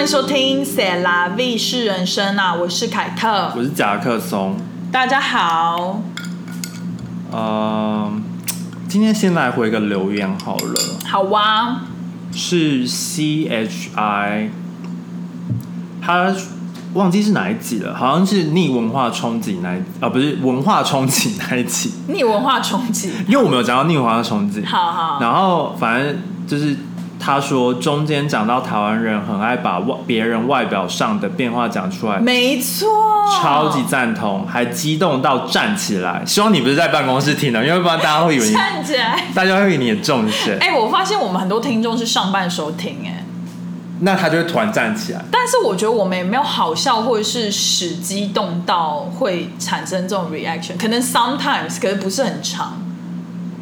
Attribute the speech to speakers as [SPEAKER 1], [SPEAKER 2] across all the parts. [SPEAKER 1] 迎收听《塞拉 V 是人生》啊，我是凯特，
[SPEAKER 2] 我是夹克松，
[SPEAKER 1] 大家好。
[SPEAKER 2] 呃，今天先来回个留言好了，
[SPEAKER 1] 好哇、啊，
[SPEAKER 2] 是 C H I，他忘记是哪一集了，好像是逆文化冲击那一集啊，不是文化冲击那 一集，
[SPEAKER 1] 逆文化冲击，
[SPEAKER 2] 因为我们有讲到逆文化冲击，
[SPEAKER 1] 好好，
[SPEAKER 2] 然后反正就是他说中间讲到台湾人很爱把外别人外表上的变化讲出来，
[SPEAKER 1] 没错，
[SPEAKER 2] 超级赞同，还激动到站起来。希望你不是在办公室听的，因为不然大家会以为你，
[SPEAKER 1] 站起来。
[SPEAKER 2] 大家会以为你也中邪。
[SPEAKER 1] 哎、我发现我们很多听众是上班收听、哎，
[SPEAKER 2] 那他就会突然站起来。
[SPEAKER 1] 但是我觉得我们也没有好笑或者是使激动到会产生这种 reaction，可能 sometimes，可是不是很长，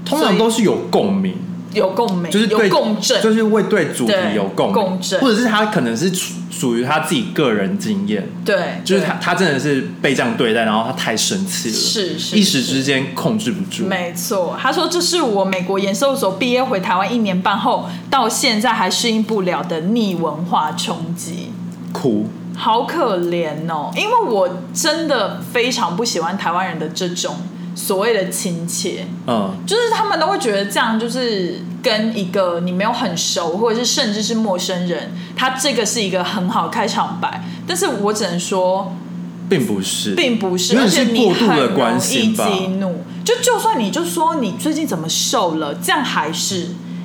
[SPEAKER 2] 通常都是有共鸣，
[SPEAKER 1] 有共鸣，
[SPEAKER 2] 就是对
[SPEAKER 1] 有共振，
[SPEAKER 2] 就是会对主题有共
[SPEAKER 1] 对
[SPEAKER 2] 鸣
[SPEAKER 1] 共振
[SPEAKER 2] 或者是他可能是属属于他自己个人经验，
[SPEAKER 1] 对，
[SPEAKER 2] 就是他
[SPEAKER 1] 对
[SPEAKER 2] 他真的是被这样对待，然后他太生气了，
[SPEAKER 1] 是是
[SPEAKER 2] 一时之间控制不住。
[SPEAKER 1] 没错，他说这是我美国研究所毕业回台湾一年半后，到现在还适应不了的逆文化冲击，
[SPEAKER 2] 哭，
[SPEAKER 1] 好可怜哦！因为我真的非常不喜欢台湾人的这种所谓的亲切，
[SPEAKER 2] 嗯，
[SPEAKER 1] 就是他们都会觉得这样就是跟一个你没有很熟，或者是甚至是陌生人，他这个是一个很好开场白，但是我只能说
[SPEAKER 2] 并不是，
[SPEAKER 1] 并不是，
[SPEAKER 2] 有
[SPEAKER 1] 而
[SPEAKER 2] 点
[SPEAKER 1] 且
[SPEAKER 2] 是
[SPEAKER 1] 你
[SPEAKER 2] 过度
[SPEAKER 1] 很
[SPEAKER 2] 的
[SPEAKER 1] 容
[SPEAKER 2] 关
[SPEAKER 1] 易
[SPEAKER 2] 心吧。
[SPEAKER 1] 激怒。就就算你就说你最近怎么瘦了，这样还是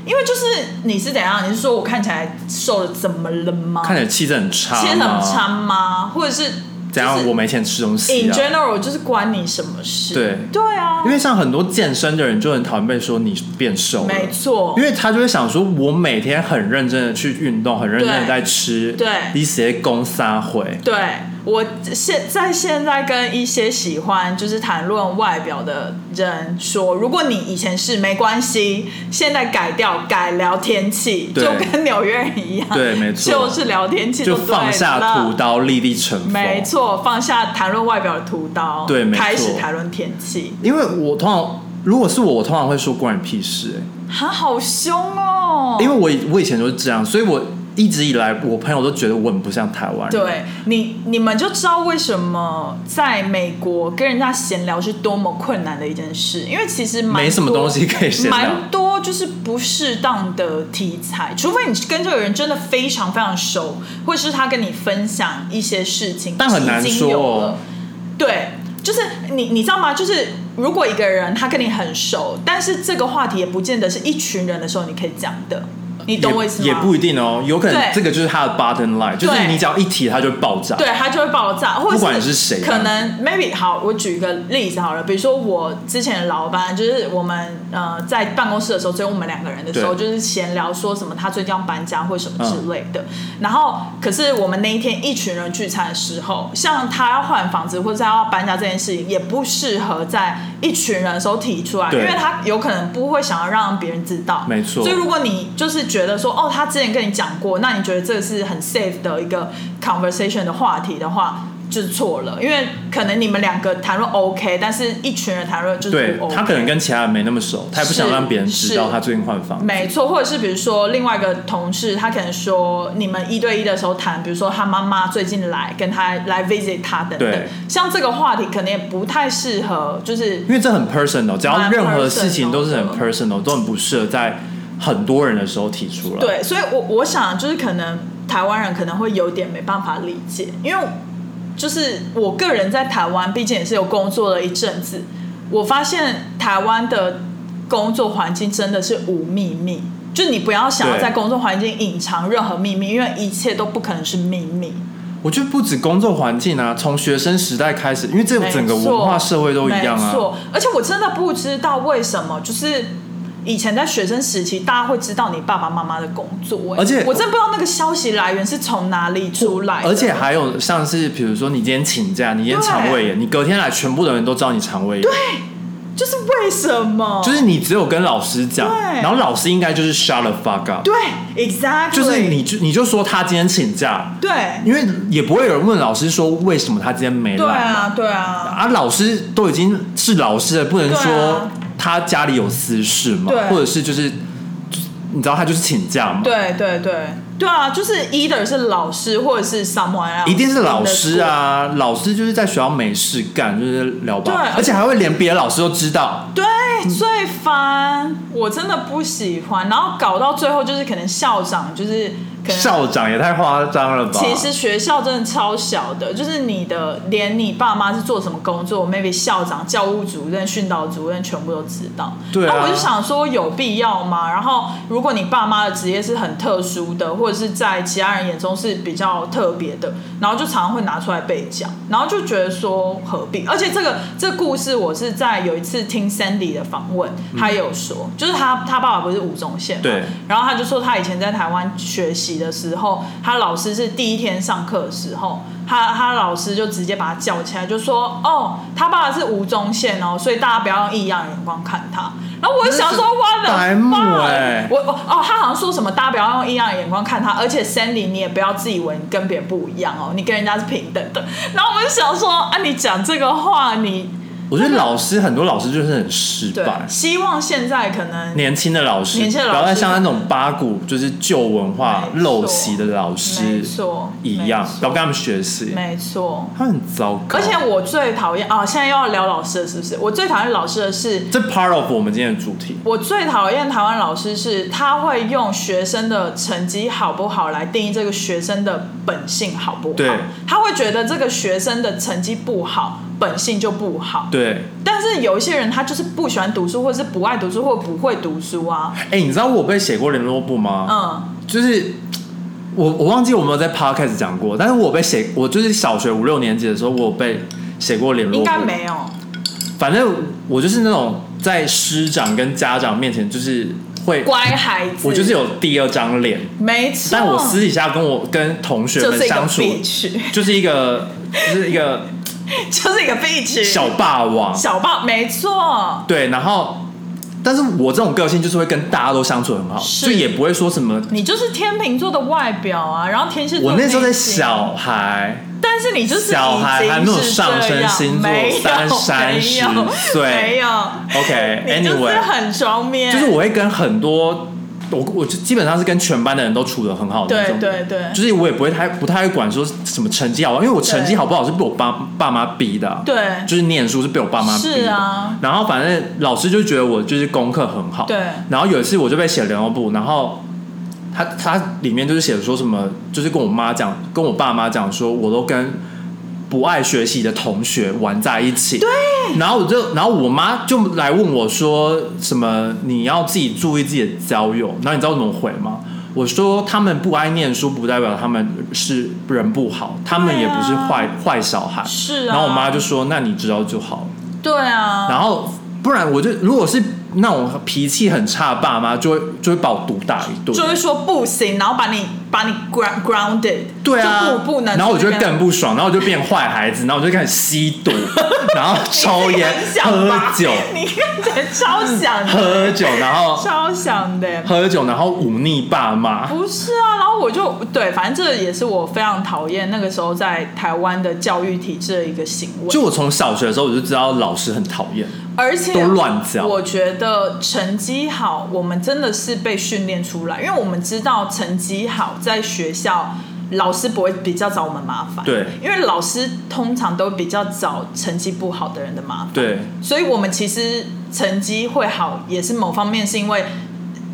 [SPEAKER 1] 因为就是你是怎样？你是说我看起来瘦了怎么了吗？
[SPEAKER 2] 看起来气质很差吗，
[SPEAKER 1] 切很差吗？或者是
[SPEAKER 2] 怎样？
[SPEAKER 1] 就是
[SPEAKER 2] 我没钱吃东西
[SPEAKER 1] in
[SPEAKER 2] 啊。
[SPEAKER 1] general 就是关你什么事？
[SPEAKER 2] 对
[SPEAKER 1] 对啊
[SPEAKER 2] 因，为像很多健身的人就很讨厌被说你变瘦了，
[SPEAKER 1] 没错
[SPEAKER 2] 因，为他就会想说，我每天很认真的去运动，很认真的在吃，
[SPEAKER 1] 对
[SPEAKER 2] 你谁攻撒回？
[SPEAKER 1] 对。我现在现在跟一些喜欢就是谈论外表的人说，如果你以前是没关系，现在改掉改聊天气，
[SPEAKER 2] 对
[SPEAKER 1] 就跟纽约人一样，
[SPEAKER 2] 对，没错，
[SPEAKER 1] 就是聊天气
[SPEAKER 2] 就
[SPEAKER 1] 对
[SPEAKER 2] 放下屠
[SPEAKER 1] 了。
[SPEAKER 2] 刀，立地成佛。
[SPEAKER 1] 没错，放下谈论外表的屠刀，
[SPEAKER 2] 对没错
[SPEAKER 1] 开始谈论天气，
[SPEAKER 2] 因为我通常如果是我，我通常会说关你屁事、欸
[SPEAKER 1] 他好凶哦。
[SPEAKER 2] 因为我以我以前都是这样，所以我一直以来，我朋友都觉得我很不像台湾人。
[SPEAKER 1] 对你，你们就知道为什么在美国跟人家闲聊是多么困难的一件事，因为其实蛮
[SPEAKER 2] 没什么
[SPEAKER 1] 多
[SPEAKER 2] 东西可以闲聊
[SPEAKER 1] 蛮多就是不适当的题材，除非你跟这个人真的非常非常熟，或是他跟你分享一些事情，
[SPEAKER 2] 但很难
[SPEAKER 1] 已经
[SPEAKER 2] 说
[SPEAKER 1] 有
[SPEAKER 2] 哦
[SPEAKER 1] 了。对，就是你你知道吗？就是如果一个人他跟你很熟，但是这个话题也不见得是一群人的时候你可以讲的，你懂我意思吗？
[SPEAKER 2] 也也不一定哦，有可
[SPEAKER 1] 对
[SPEAKER 2] 能这个就是他的 button line，就是
[SPEAKER 1] 对
[SPEAKER 2] 你只要一提，他就会爆炸。
[SPEAKER 1] 对，它就会爆炸，或者
[SPEAKER 2] 不管是谁
[SPEAKER 1] 可能 maybe 好，我举一个例子好了，比如说我之前的老板，就是我们呃在办公室的时候，只有我们两个人的时候，
[SPEAKER 2] 对
[SPEAKER 1] 就是闲聊说什么他最近要搬家或什么之类的。
[SPEAKER 2] 嗯
[SPEAKER 1] 然后，可是我们那一天一群人聚餐的时候，像他要换房子或者他要搬家这件事情，也不适合在一群人的时候提出来，因
[SPEAKER 2] 对
[SPEAKER 1] 为他有可能不会想要让别人知道。
[SPEAKER 2] 没错
[SPEAKER 1] 所以如果你就是觉得说，哦，他之前跟你讲过，那你觉得这个是很 safe 的一个 conversation 的话题的话，就是错了，因为可能你们两个谈论 OK，但是一群人谈论就是
[SPEAKER 2] 对
[SPEAKER 1] 不 OK。
[SPEAKER 2] 他可能跟其他人没那么熟，他也不想让别人知
[SPEAKER 1] 是
[SPEAKER 2] 道他最近换房。
[SPEAKER 1] 没错，或者是比如说另外一个同事，他可能说你们一对一的时候谈，比如说他妈妈最近来跟他来 visit 他等等
[SPEAKER 2] 对，
[SPEAKER 1] 像这个话题可能也不太适合，就是
[SPEAKER 2] 因为这很 personal，只要
[SPEAKER 1] 嗯蛮
[SPEAKER 2] 任何事情
[SPEAKER 1] personal
[SPEAKER 2] 都是很
[SPEAKER 1] 的
[SPEAKER 2] personal，都很不适合在很多人的时候提出来。，
[SPEAKER 1] 对，所以我我想就是可能台湾人可能会有点没办法理解，因为就是我个人在台湾，毕竟也是有工作了一阵子，我发现台湾的工作环境真的是无秘密，就你不要想要
[SPEAKER 2] 对
[SPEAKER 1] 在工作环境隐藏任何秘密，因为一切都不可能是秘密。
[SPEAKER 2] 我觉得不止工作环境啊，从学生时代开始，因为这
[SPEAKER 1] 没
[SPEAKER 2] 整个文化社会都一样
[SPEAKER 1] 没
[SPEAKER 2] 啊。
[SPEAKER 1] 错，而且我真的不知道为什么，就是以前在学生时期，大家会知道你爸爸妈妈的工作、哎
[SPEAKER 2] 而且
[SPEAKER 1] 我真不知道那个消息来源是从哪里出来的
[SPEAKER 2] 而且还有像是比如说你今天请假，你今天
[SPEAKER 1] 对
[SPEAKER 2] 肠胃炎，你隔天来，全部的人都知道你肠胃炎。
[SPEAKER 1] 就是为什么？
[SPEAKER 2] 就是你只有跟老师讲，
[SPEAKER 1] 对
[SPEAKER 2] 然后老师应该就是 shut the fuck up，
[SPEAKER 1] 对，exactly，
[SPEAKER 2] 就是你就你就说他今天请假，
[SPEAKER 1] 对
[SPEAKER 2] 因为也不会有人问老师说为什么他今天没
[SPEAKER 1] 对
[SPEAKER 2] 来嘛。
[SPEAKER 1] 啊，对啊，
[SPEAKER 2] 啊，老师都已经是老师了，不能
[SPEAKER 1] 对
[SPEAKER 2] 说
[SPEAKER 1] 啊
[SPEAKER 2] 他家里有私事嘛
[SPEAKER 1] 对，啊
[SPEAKER 2] 或者是就是，就是你知道他就是请假嘛，
[SPEAKER 1] 对对对，对啊，就是 either 是老师或者是 someone else，
[SPEAKER 2] 一定是老师。啊，老师就是在学校没事干，就是聊吧
[SPEAKER 1] 对，
[SPEAKER 2] 而且还会连别的老师都知道。
[SPEAKER 1] 对，
[SPEAKER 2] 嗯
[SPEAKER 1] 最烦，我真的不喜欢。然后搞到最后就是可能校长就是可能
[SPEAKER 2] 校长也太夸张了吧？
[SPEAKER 1] 啊其实学校真的超小的，就是你的连你爸妈是做什么工作，maybe 校长、教务主任、训导主任全部都知道。
[SPEAKER 2] 对啊
[SPEAKER 1] 那我就想说有必要吗？然后如果你爸妈的职业是很特殊的，或者是在其他人眼中是比较特别的，然后就常常会拿出来被讲，然后就觉得说何必？而且这个这故事我是在有一次听 Sandy 的访问，
[SPEAKER 2] 嗯
[SPEAKER 1] 他有说，就是他他爸爸不是吴宗宪嘛，
[SPEAKER 2] 对
[SPEAKER 1] 然后他就说，他以前在台湾学习的时候，他老师是第一天上课的时候，他他老师就直接把他叫起来，就说：“哦，他爸爸是吴宗宪哦，所以大家不要用异样的眼光看他。”然后我就想说，哇
[SPEAKER 2] 是
[SPEAKER 1] 的，
[SPEAKER 2] 白目欸
[SPEAKER 1] 我我哦，他好像说什么大家不要用异样的眼光看他，而且 Sandy 你也不要自以为你跟别人不一样哦，你跟人家是平等的。然后我就想说，啊，你讲这个话，你
[SPEAKER 2] 我觉得老师很多老师就是很失
[SPEAKER 1] 对，
[SPEAKER 2] 败，
[SPEAKER 1] 希望现在可能
[SPEAKER 2] 年轻的老师，
[SPEAKER 1] 年轻的老师
[SPEAKER 2] 不要再像那种八股就是旧文化
[SPEAKER 1] 没错
[SPEAKER 2] 陋习的老
[SPEAKER 1] 没
[SPEAKER 2] 师
[SPEAKER 1] 错
[SPEAKER 2] 一样
[SPEAKER 1] 没，错
[SPEAKER 2] 不要跟他们学习，
[SPEAKER 1] 没错。
[SPEAKER 2] 他们很糟糕。
[SPEAKER 1] 而且我最讨厌啊，现在又要聊老师了，是不是？我最讨厌老师的是，
[SPEAKER 2] 这 part of 我们今天的主题，
[SPEAKER 1] 我最讨厌台湾老师是，他会用学生的成绩好不好来定义这个学生的本性好不好
[SPEAKER 2] 对。
[SPEAKER 1] 他会觉得这个学生的成绩不好，本性就不好。
[SPEAKER 2] 对，
[SPEAKER 1] 但是有一些人他就是不喜欢读书，或者是不爱读书，或者不会读书啊。
[SPEAKER 2] 哎、你知道我被写过联络簿吗？
[SPEAKER 1] 嗯，
[SPEAKER 2] 就是我我忘记我有没有在 podcast 讲过，但是我被写，我就是小学五六年级的时候，我有被写过联
[SPEAKER 1] 嗯
[SPEAKER 2] 络簿，
[SPEAKER 1] 应该。没有。
[SPEAKER 2] 反正我就是那种在师长跟家长面前，就是会，
[SPEAKER 1] 乖孩子，
[SPEAKER 2] 我就是有第二张脸，
[SPEAKER 1] 没错。
[SPEAKER 2] 但我私底下跟我跟同学
[SPEAKER 1] 就是
[SPEAKER 2] 们
[SPEAKER 1] 一个
[SPEAKER 2] 相处，
[SPEAKER 1] bitch，
[SPEAKER 2] 就是一个就是一个
[SPEAKER 1] 就是一个 bitch，
[SPEAKER 2] 小霸王，
[SPEAKER 1] 小报，没错。
[SPEAKER 2] 对，然后。但是我这种个性就是会跟大家都相处很好，
[SPEAKER 1] 是
[SPEAKER 2] 就也不会说什么。
[SPEAKER 1] 你就是天秤座的外表啊，然后天蝎座。
[SPEAKER 2] 我那时候在，小孩，
[SPEAKER 1] 但是你就是
[SPEAKER 2] 小孩
[SPEAKER 1] 已经
[SPEAKER 2] 还没有
[SPEAKER 1] 是
[SPEAKER 2] 上
[SPEAKER 1] 这
[SPEAKER 2] 升
[SPEAKER 1] 样
[SPEAKER 2] 星座
[SPEAKER 1] 没有
[SPEAKER 2] 三三十
[SPEAKER 1] 没有
[SPEAKER 2] 岁
[SPEAKER 1] 没有。你就是
[SPEAKER 2] OK，Anyway，、
[SPEAKER 1] 很双面，
[SPEAKER 2] 就是我会跟很多我我就基本上是跟全班的人都处的很好的那
[SPEAKER 1] 对
[SPEAKER 2] 种，
[SPEAKER 1] 对对
[SPEAKER 2] 就是我也不会太不太会管说什么成绩好不好，因为我成绩
[SPEAKER 1] 对
[SPEAKER 2] 好不好是被我爸爸妈逼的啊、
[SPEAKER 1] 对
[SPEAKER 2] 就是念书是被我爸妈逼的。
[SPEAKER 1] 是啊
[SPEAKER 2] 然后反正老师就觉得我就是功课很好，
[SPEAKER 1] 对
[SPEAKER 2] 然后有一次我就被写联络簿，然后。他他里面就是写说什么，就是跟我妈讲，跟我爸妈讲说，我都跟不爱学习的同学玩在一起。对。然后我就，然后我妈就来问我说，什么你要自己注意自己的交友。然后你知道我怎么回吗？我说他们不爱念书，不代表他们是人不好，他们也不是
[SPEAKER 1] 啊
[SPEAKER 2] 坏、坏小孩。
[SPEAKER 1] 是啊。
[SPEAKER 2] 然后我妈就说：“那你知道就好。
[SPEAKER 1] 对啊，
[SPEAKER 2] 然后不然我就如果是那种脾气很差的爸妈，就会就会把我毒打一顿。
[SPEAKER 1] 就会说不行，然后把你把你 ground grounded，
[SPEAKER 2] 对啊，
[SPEAKER 1] 就不不能。
[SPEAKER 2] 然后我就会更不爽，然后我就变坏孩子，然后我就开始吸毒，然后抽烟、喝酒、
[SPEAKER 1] 你看起来超 想的，
[SPEAKER 2] 喝酒，然后
[SPEAKER 1] 超想的。
[SPEAKER 2] 喝酒，然后忤逆爸妈。
[SPEAKER 1] 不是啊，然后我就对，反正这也是我非常讨厌那个时候在台湾的教育体制的一个行为，
[SPEAKER 2] 就我从小学的时候我就知道老师很讨厌，
[SPEAKER 1] 而且
[SPEAKER 2] 都乱教
[SPEAKER 1] 我觉得成绩好，我们真的是被训练出来，因为我们知道成绩好在学校。老师不会比较找我们麻烦，
[SPEAKER 2] 对
[SPEAKER 1] 因为老师通常都比较找成绩不好的人的麻烦，
[SPEAKER 2] 对
[SPEAKER 1] 所以我们其实成绩会好，也是某方面是因为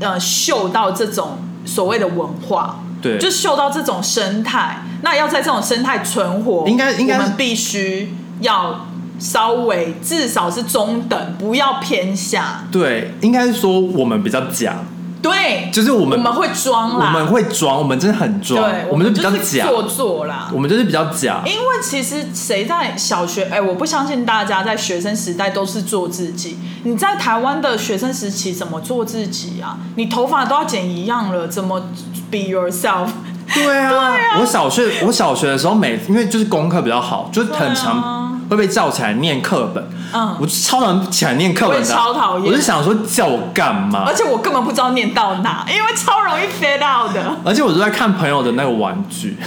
[SPEAKER 1] 呃嗅到这种所谓的文化，
[SPEAKER 2] 对，
[SPEAKER 1] 就嗅到这种生态。那要在这种生态存活，
[SPEAKER 2] 应该应该
[SPEAKER 1] 我们必须要稍微至少是中等，不要偏下。
[SPEAKER 2] 对，应该是说我们比较假，
[SPEAKER 1] 对，
[SPEAKER 2] 就是我
[SPEAKER 1] 我
[SPEAKER 2] 们
[SPEAKER 1] 们会装
[SPEAKER 2] 我
[SPEAKER 1] 啦，
[SPEAKER 2] 们会装，我们真的很装
[SPEAKER 1] 对，，
[SPEAKER 2] 我
[SPEAKER 1] 们
[SPEAKER 2] 就比较
[SPEAKER 1] 是
[SPEAKER 2] 假，
[SPEAKER 1] 做作啦。
[SPEAKER 2] 我们就是比较假。
[SPEAKER 1] 因为其实谁在小学，哎、我不相信大家在学生时代都是做自己。你在台湾的学生时期怎么做自己啊？你头发都要剪一样了，怎么 be yourself？
[SPEAKER 2] 对啊，我小学我小学的时候每因为就是功课比较好，就是很
[SPEAKER 1] 对啊
[SPEAKER 2] 常会被叫起来念课本，
[SPEAKER 1] 嗯
[SPEAKER 2] 我超难起来念课文
[SPEAKER 1] 我也
[SPEAKER 2] 的，啊
[SPEAKER 1] 超讨厌
[SPEAKER 2] 我就想说叫我干嘛
[SPEAKER 1] 而？且我根本不知道念到哪，因为超容易 fade out 的。
[SPEAKER 2] 而且我就在看朋友的那个玩具，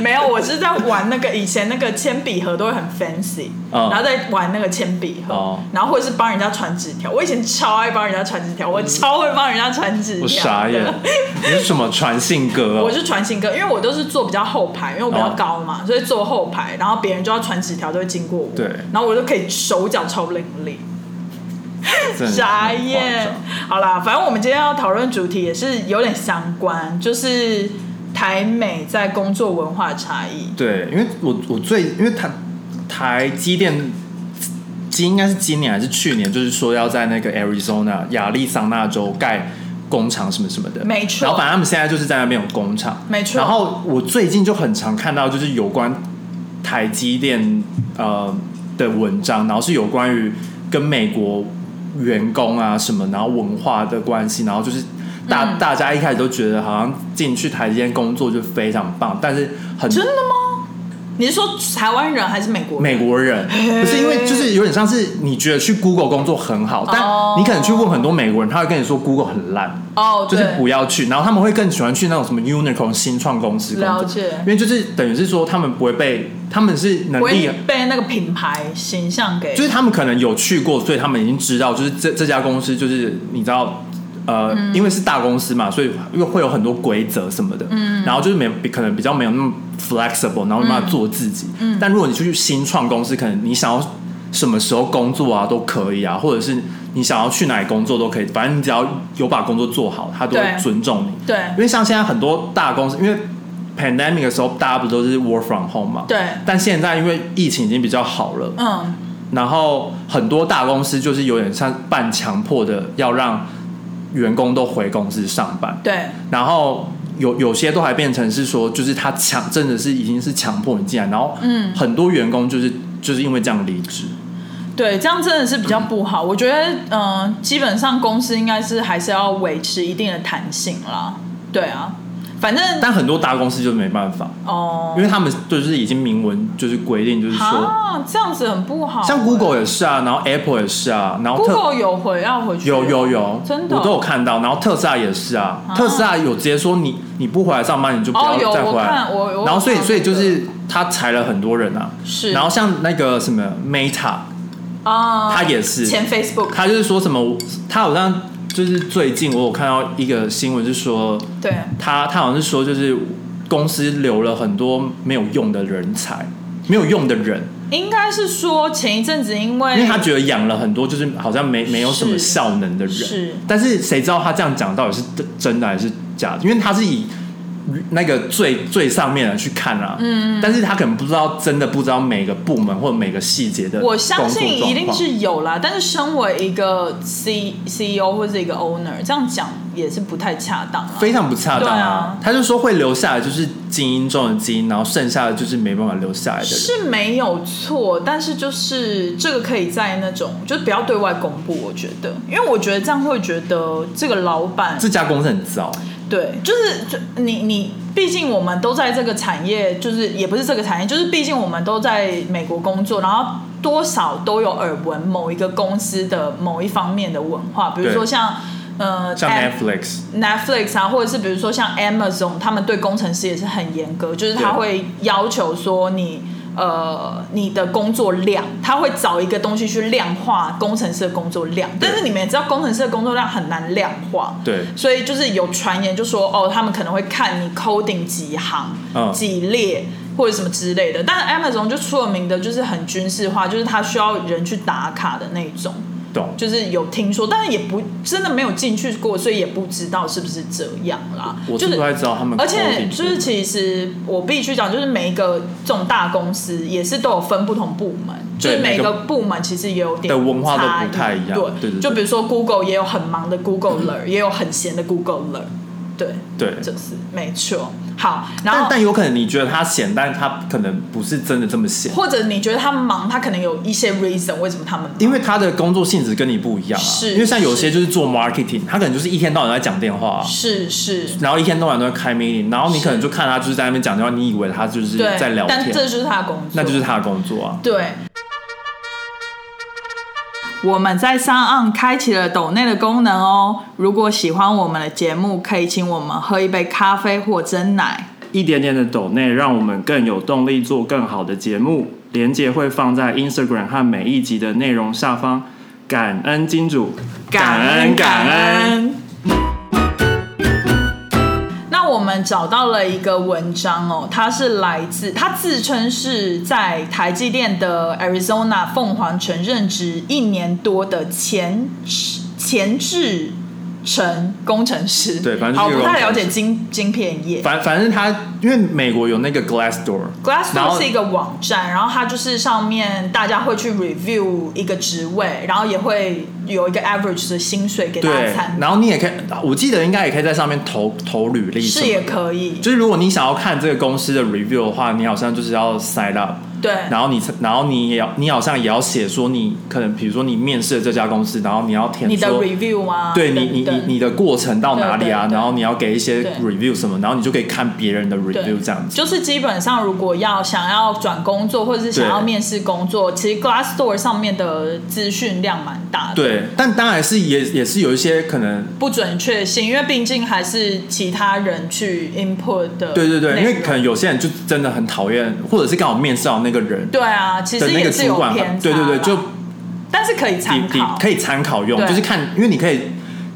[SPEAKER 1] 没有，我是在玩那个以前那个铅笔盒都会很 fancy，、
[SPEAKER 2] 嗯
[SPEAKER 1] 然后再玩那个铅笔盒，
[SPEAKER 2] 哦
[SPEAKER 1] 然后或者是帮人家传纸条。我以前超爱帮人家传纸条，我超会帮人家传纸条。
[SPEAKER 2] 我傻眼。你是什么传信歌
[SPEAKER 1] 我
[SPEAKER 2] 哦？
[SPEAKER 1] 是传信哥，因为我都是坐比较后排，因为我比较高嘛，所以坐后排，然后别人就要传纸条都会经过我，
[SPEAKER 2] 对
[SPEAKER 1] 然后我就可以手脚超伶俐。
[SPEAKER 2] 真的
[SPEAKER 1] 傻
[SPEAKER 2] 很夸
[SPEAKER 1] 眼
[SPEAKER 2] 张。
[SPEAKER 1] 好啦，反正我们今天要讨论主题也是有点相关，就是台美在工作文化差异。
[SPEAKER 2] 对，因为我我最因为台台积电，今应该是今年还是去年，就是说要在那个 Arizona 亚利桑那州盖工厂什么什么的，
[SPEAKER 1] 没错
[SPEAKER 2] 然后反正他们现在就是在那边有工厂，
[SPEAKER 1] 没错
[SPEAKER 2] 然后我最近就很常看到就是有关台积电呃的文章，然后是有关于跟美国员工啊什么，然后文化的关系，然后就是大、
[SPEAKER 1] 嗯
[SPEAKER 2] 大家一开始都觉得好像进去台积电工作就非常棒，但是很
[SPEAKER 1] 真的吗？你是说台湾人还是美国人？
[SPEAKER 2] 美国人，不是因为就是有点像是你觉得去 Google 工作很好，但
[SPEAKER 1] 哦
[SPEAKER 2] 你可能去问很多美国人，他会跟你说 Google 很烂，
[SPEAKER 1] 哦，
[SPEAKER 2] 就是啊
[SPEAKER 1] 对
[SPEAKER 2] 不要去。然后他们会更喜欢去那种什么 Unicorn 新创公司工
[SPEAKER 1] 了
[SPEAKER 2] 作，
[SPEAKER 1] 解
[SPEAKER 2] 因为就是等于是说他们不会被，他们是能
[SPEAKER 1] 不
[SPEAKER 2] 力
[SPEAKER 1] 会，被那个品牌形象给
[SPEAKER 2] 就是他们可能有去过，所以他们已经知道，就是这这家公司就是你知道。呃，
[SPEAKER 1] 嗯
[SPEAKER 2] 因为是大公司嘛，所以又会有很多规则什么的，嗯，然后就是没可能比较没有那么 flexible，然后没办法做自己。嗯，但如果你去新创公司，可能你想要什么时候工作啊都可以啊，或者是你想要去哪里工作都可以，反正你只要有把工作做好，他都会
[SPEAKER 1] 对
[SPEAKER 2] 尊重你。
[SPEAKER 1] 对
[SPEAKER 2] 因为像现在很多大公司，因为 pandemic 的时候，大家不都是 work from home 嘛？
[SPEAKER 1] 对
[SPEAKER 2] 但现在因为疫情已经比较好了，
[SPEAKER 1] 嗯
[SPEAKER 2] 然后很多大公司就是有点像半强迫的要让员工都回公司上班，
[SPEAKER 1] 对
[SPEAKER 2] 然后有有些都还变成是说，就是他强真的是已经是强迫你进来，然后
[SPEAKER 1] 嗯
[SPEAKER 2] 很多员工就是就是因为这样离职，
[SPEAKER 1] 对，这样真的是比较不好。我觉得嗯、呃基本上公司应该是还是要维持一定的弹性啦。对啊，反正
[SPEAKER 2] 但很多大公司就没办法，
[SPEAKER 1] 哦
[SPEAKER 2] 因为他们就是已经明文就是规定，就是说
[SPEAKER 1] 啊，这样子很不好欸。
[SPEAKER 2] 像 Google 也是啊，然后 Apple 也是啊，然后特
[SPEAKER 1] Google 有回要回去，
[SPEAKER 2] 有有有，
[SPEAKER 1] 真的哦
[SPEAKER 2] 我都有看到。然后特斯拉也是啊，
[SPEAKER 1] 啊
[SPEAKER 2] 特斯拉有直接说你你不回来上班，你就不
[SPEAKER 1] 哦有
[SPEAKER 2] 要再回
[SPEAKER 1] 我
[SPEAKER 2] 来。
[SPEAKER 1] 看我我有
[SPEAKER 2] 然后所以
[SPEAKER 1] 看
[SPEAKER 2] 所以
[SPEAKER 1] 那
[SPEAKER 2] 就
[SPEAKER 1] 个
[SPEAKER 2] 是他裁了很多人啊。
[SPEAKER 1] 是
[SPEAKER 2] 然后像那个什么 Meta，
[SPEAKER 1] 啊，
[SPEAKER 2] 他也是
[SPEAKER 1] 前 Facebook
[SPEAKER 2] 他就是说什么，他好像就是最近我有看到一个新闻，是说
[SPEAKER 1] 对
[SPEAKER 2] 他他好像是说就是公司留了很多没有用的人才，没有用的人，
[SPEAKER 1] 应该是说前一阵子因为
[SPEAKER 2] 因为他觉得养了很多就是好像没没有什么效能的人，
[SPEAKER 1] 是
[SPEAKER 2] 但是谁知道他这样讲到底是真真的还是假的？因为他是以那个最最上面的去看啊，嗯，但是他可能不知道真的不知道每个部门或者每个细节的
[SPEAKER 1] 我相信
[SPEAKER 2] 工作状况
[SPEAKER 1] 一定是有啦，但是身为一个 C C E O 或者一个 owner，这样讲也是不太恰当啦。
[SPEAKER 2] 非常不恰当
[SPEAKER 1] 对
[SPEAKER 2] 啊
[SPEAKER 1] 啊。
[SPEAKER 2] 他就说会留下来就是精英中的精英，然后剩下的就是没办法留下来的人。
[SPEAKER 1] 是没有错，但是就是这个可以在那种，就是不要对外公布，我觉得，因为我觉得这样会觉得这个老板
[SPEAKER 2] 这家公司很糟，
[SPEAKER 1] 对，就是就你你，毕竟我们都在这个产业，就是也不是这个产业，就是毕竟我们都在美国工作，然后多少都有耳闻某一个公司的某一方面的文化，比如
[SPEAKER 2] 对
[SPEAKER 1] 说像呃
[SPEAKER 2] 像
[SPEAKER 1] Am-
[SPEAKER 2] Netflix，
[SPEAKER 1] Netflix 啊，或者是比如说像 Amazon，他们对工程师也是很严格，就是他
[SPEAKER 2] 对
[SPEAKER 1] 会要求说你呃你的工作量，他会找一个东西去量化工程师的工作量，但是你们也知道工程师的工作量很难量化，
[SPEAKER 2] 对
[SPEAKER 1] 所以就是有传言就说哦，他们可能会看你 coding 几行、
[SPEAKER 2] 嗯
[SPEAKER 1] 几列或者什么之类的，但是 Amazon 就出了名的就是很军事化，就是它需要人去打卡的那种。
[SPEAKER 2] 懂。
[SPEAKER 1] 就是有听说，但是也不真的没有进去过，所以也不知道是不是这样啦。
[SPEAKER 2] 我
[SPEAKER 1] 就是
[SPEAKER 2] 不太知道他们，
[SPEAKER 1] 而且就是，其实我必须讲，就是每一个这种大公司也是都有分不同部门，就
[SPEAKER 2] 对
[SPEAKER 1] 是每
[SPEAKER 2] 每
[SPEAKER 1] 个
[SPEAKER 2] 个
[SPEAKER 1] 部门其实也有点
[SPEAKER 2] 的文化都
[SPEAKER 1] 差异
[SPEAKER 2] 不太一样对对
[SPEAKER 1] 对，
[SPEAKER 2] 对
[SPEAKER 1] 就比如说 Google 也有很忙的 Googleer，、也有很闲的 Googleer，对，
[SPEAKER 2] 对
[SPEAKER 1] 就是没错。好，然
[SPEAKER 2] 但
[SPEAKER 1] 后
[SPEAKER 2] 但有可能你觉得他闲，但他可能不是真的这么闲，
[SPEAKER 1] 或者你觉得他们忙，他可能有一些 reason 为什么他们忙
[SPEAKER 2] 因为他的工作性质跟你不一样啊。
[SPEAKER 1] 是
[SPEAKER 2] 因为像有些就是做 marketing，他可能就是一天到晚都在讲电话啊、
[SPEAKER 1] 是是
[SPEAKER 2] 然后一天到晚都在开 meeting，然后你可能就看他就是在那边讲电话，你以为他就是
[SPEAKER 1] 对
[SPEAKER 2] 在聊
[SPEAKER 1] 但
[SPEAKER 2] 天，
[SPEAKER 1] 这就是他的工作，
[SPEAKER 2] 那就是他的工作啊。
[SPEAKER 1] 对。我们在上岸开启了抖内的功能哦。如果喜欢我们的节目，可以请我们喝一杯咖啡或蒸奶。
[SPEAKER 3] 一点点的抖内，让我们更有动力做更好的节目。连接会放在 Instagram 和每一集的内容下方。感恩金主，
[SPEAKER 1] 感恩。那我们找到了一个文章哦，它是来自他自称是在台积电的 Arizona 凤凰城任职一年多的前前置程工程师。
[SPEAKER 2] 对反正
[SPEAKER 1] 好
[SPEAKER 2] 就是
[SPEAKER 1] 不
[SPEAKER 2] 工
[SPEAKER 1] 太
[SPEAKER 2] 程师
[SPEAKER 1] 了解晶晶片业。
[SPEAKER 2] 反反正他因为美国有那个 Glassdoor，然
[SPEAKER 1] Glassdoor
[SPEAKER 2] 后
[SPEAKER 1] 是一个网站，然后它就是上面大家会去 review 一个职位，然后也会有一个 average 的薪水给大家
[SPEAKER 2] 对
[SPEAKER 1] 参，考，
[SPEAKER 2] 然后你也可以，我记得应该也可以在上面投投履历什
[SPEAKER 1] 是
[SPEAKER 2] 么
[SPEAKER 1] 也
[SPEAKER 2] 的。
[SPEAKER 1] 可以。
[SPEAKER 2] 就是如果你想要看这个公司的 review 的话，你好像就是要 sign up，
[SPEAKER 1] 对，
[SPEAKER 2] 然后你然后你也要你好像也要写说你可能比如说你面试了这家公司，然后你要填
[SPEAKER 1] 你的
[SPEAKER 2] 说
[SPEAKER 1] review 啊，
[SPEAKER 2] 对你，你
[SPEAKER 1] 等等
[SPEAKER 2] 你你的过程到哪里啊？
[SPEAKER 1] 对对对
[SPEAKER 2] 然后你要给一些
[SPEAKER 1] 对
[SPEAKER 2] review 什么，然后你就可以看别人的
[SPEAKER 1] 对
[SPEAKER 2] review 这样子。
[SPEAKER 1] 就是基本上如果要想要转工作或者是想要
[SPEAKER 2] 对
[SPEAKER 1] 面试工作，其实 Glassdoor 上面的资讯量蛮大的，，
[SPEAKER 2] 对，但当然是也也是有一些可能，
[SPEAKER 1] 不准确性，因为毕竟还是其他人去 input 的内容，
[SPEAKER 2] 对对对，因为可能有些人就真的很讨厌，或者是刚好面试到那个人
[SPEAKER 1] 对啊，其
[SPEAKER 2] 的
[SPEAKER 1] 实
[SPEAKER 2] 那
[SPEAKER 1] 也
[SPEAKER 2] 个
[SPEAKER 1] 是有
[SPEAKER 2] 主管
[SPEAKER 1] 偏
[SPEAKER 2] 很，
[SPEAKER 1] 差
[SPEAKER 2] 对
[SPEAKER 1] 啦，
[SPEAKER 2] 对对，就
[SPEAKER 1] 但是可以
[SPEAKER 2] 你
[SPEAKER 1] 参
[SPEAKER 2] 你
[SPEAKER 1] 考，
[SPEAKER 2] 可以参考用，
[SPEAKER 1] 对
[SPEAKER 2] 就是看，因为你可以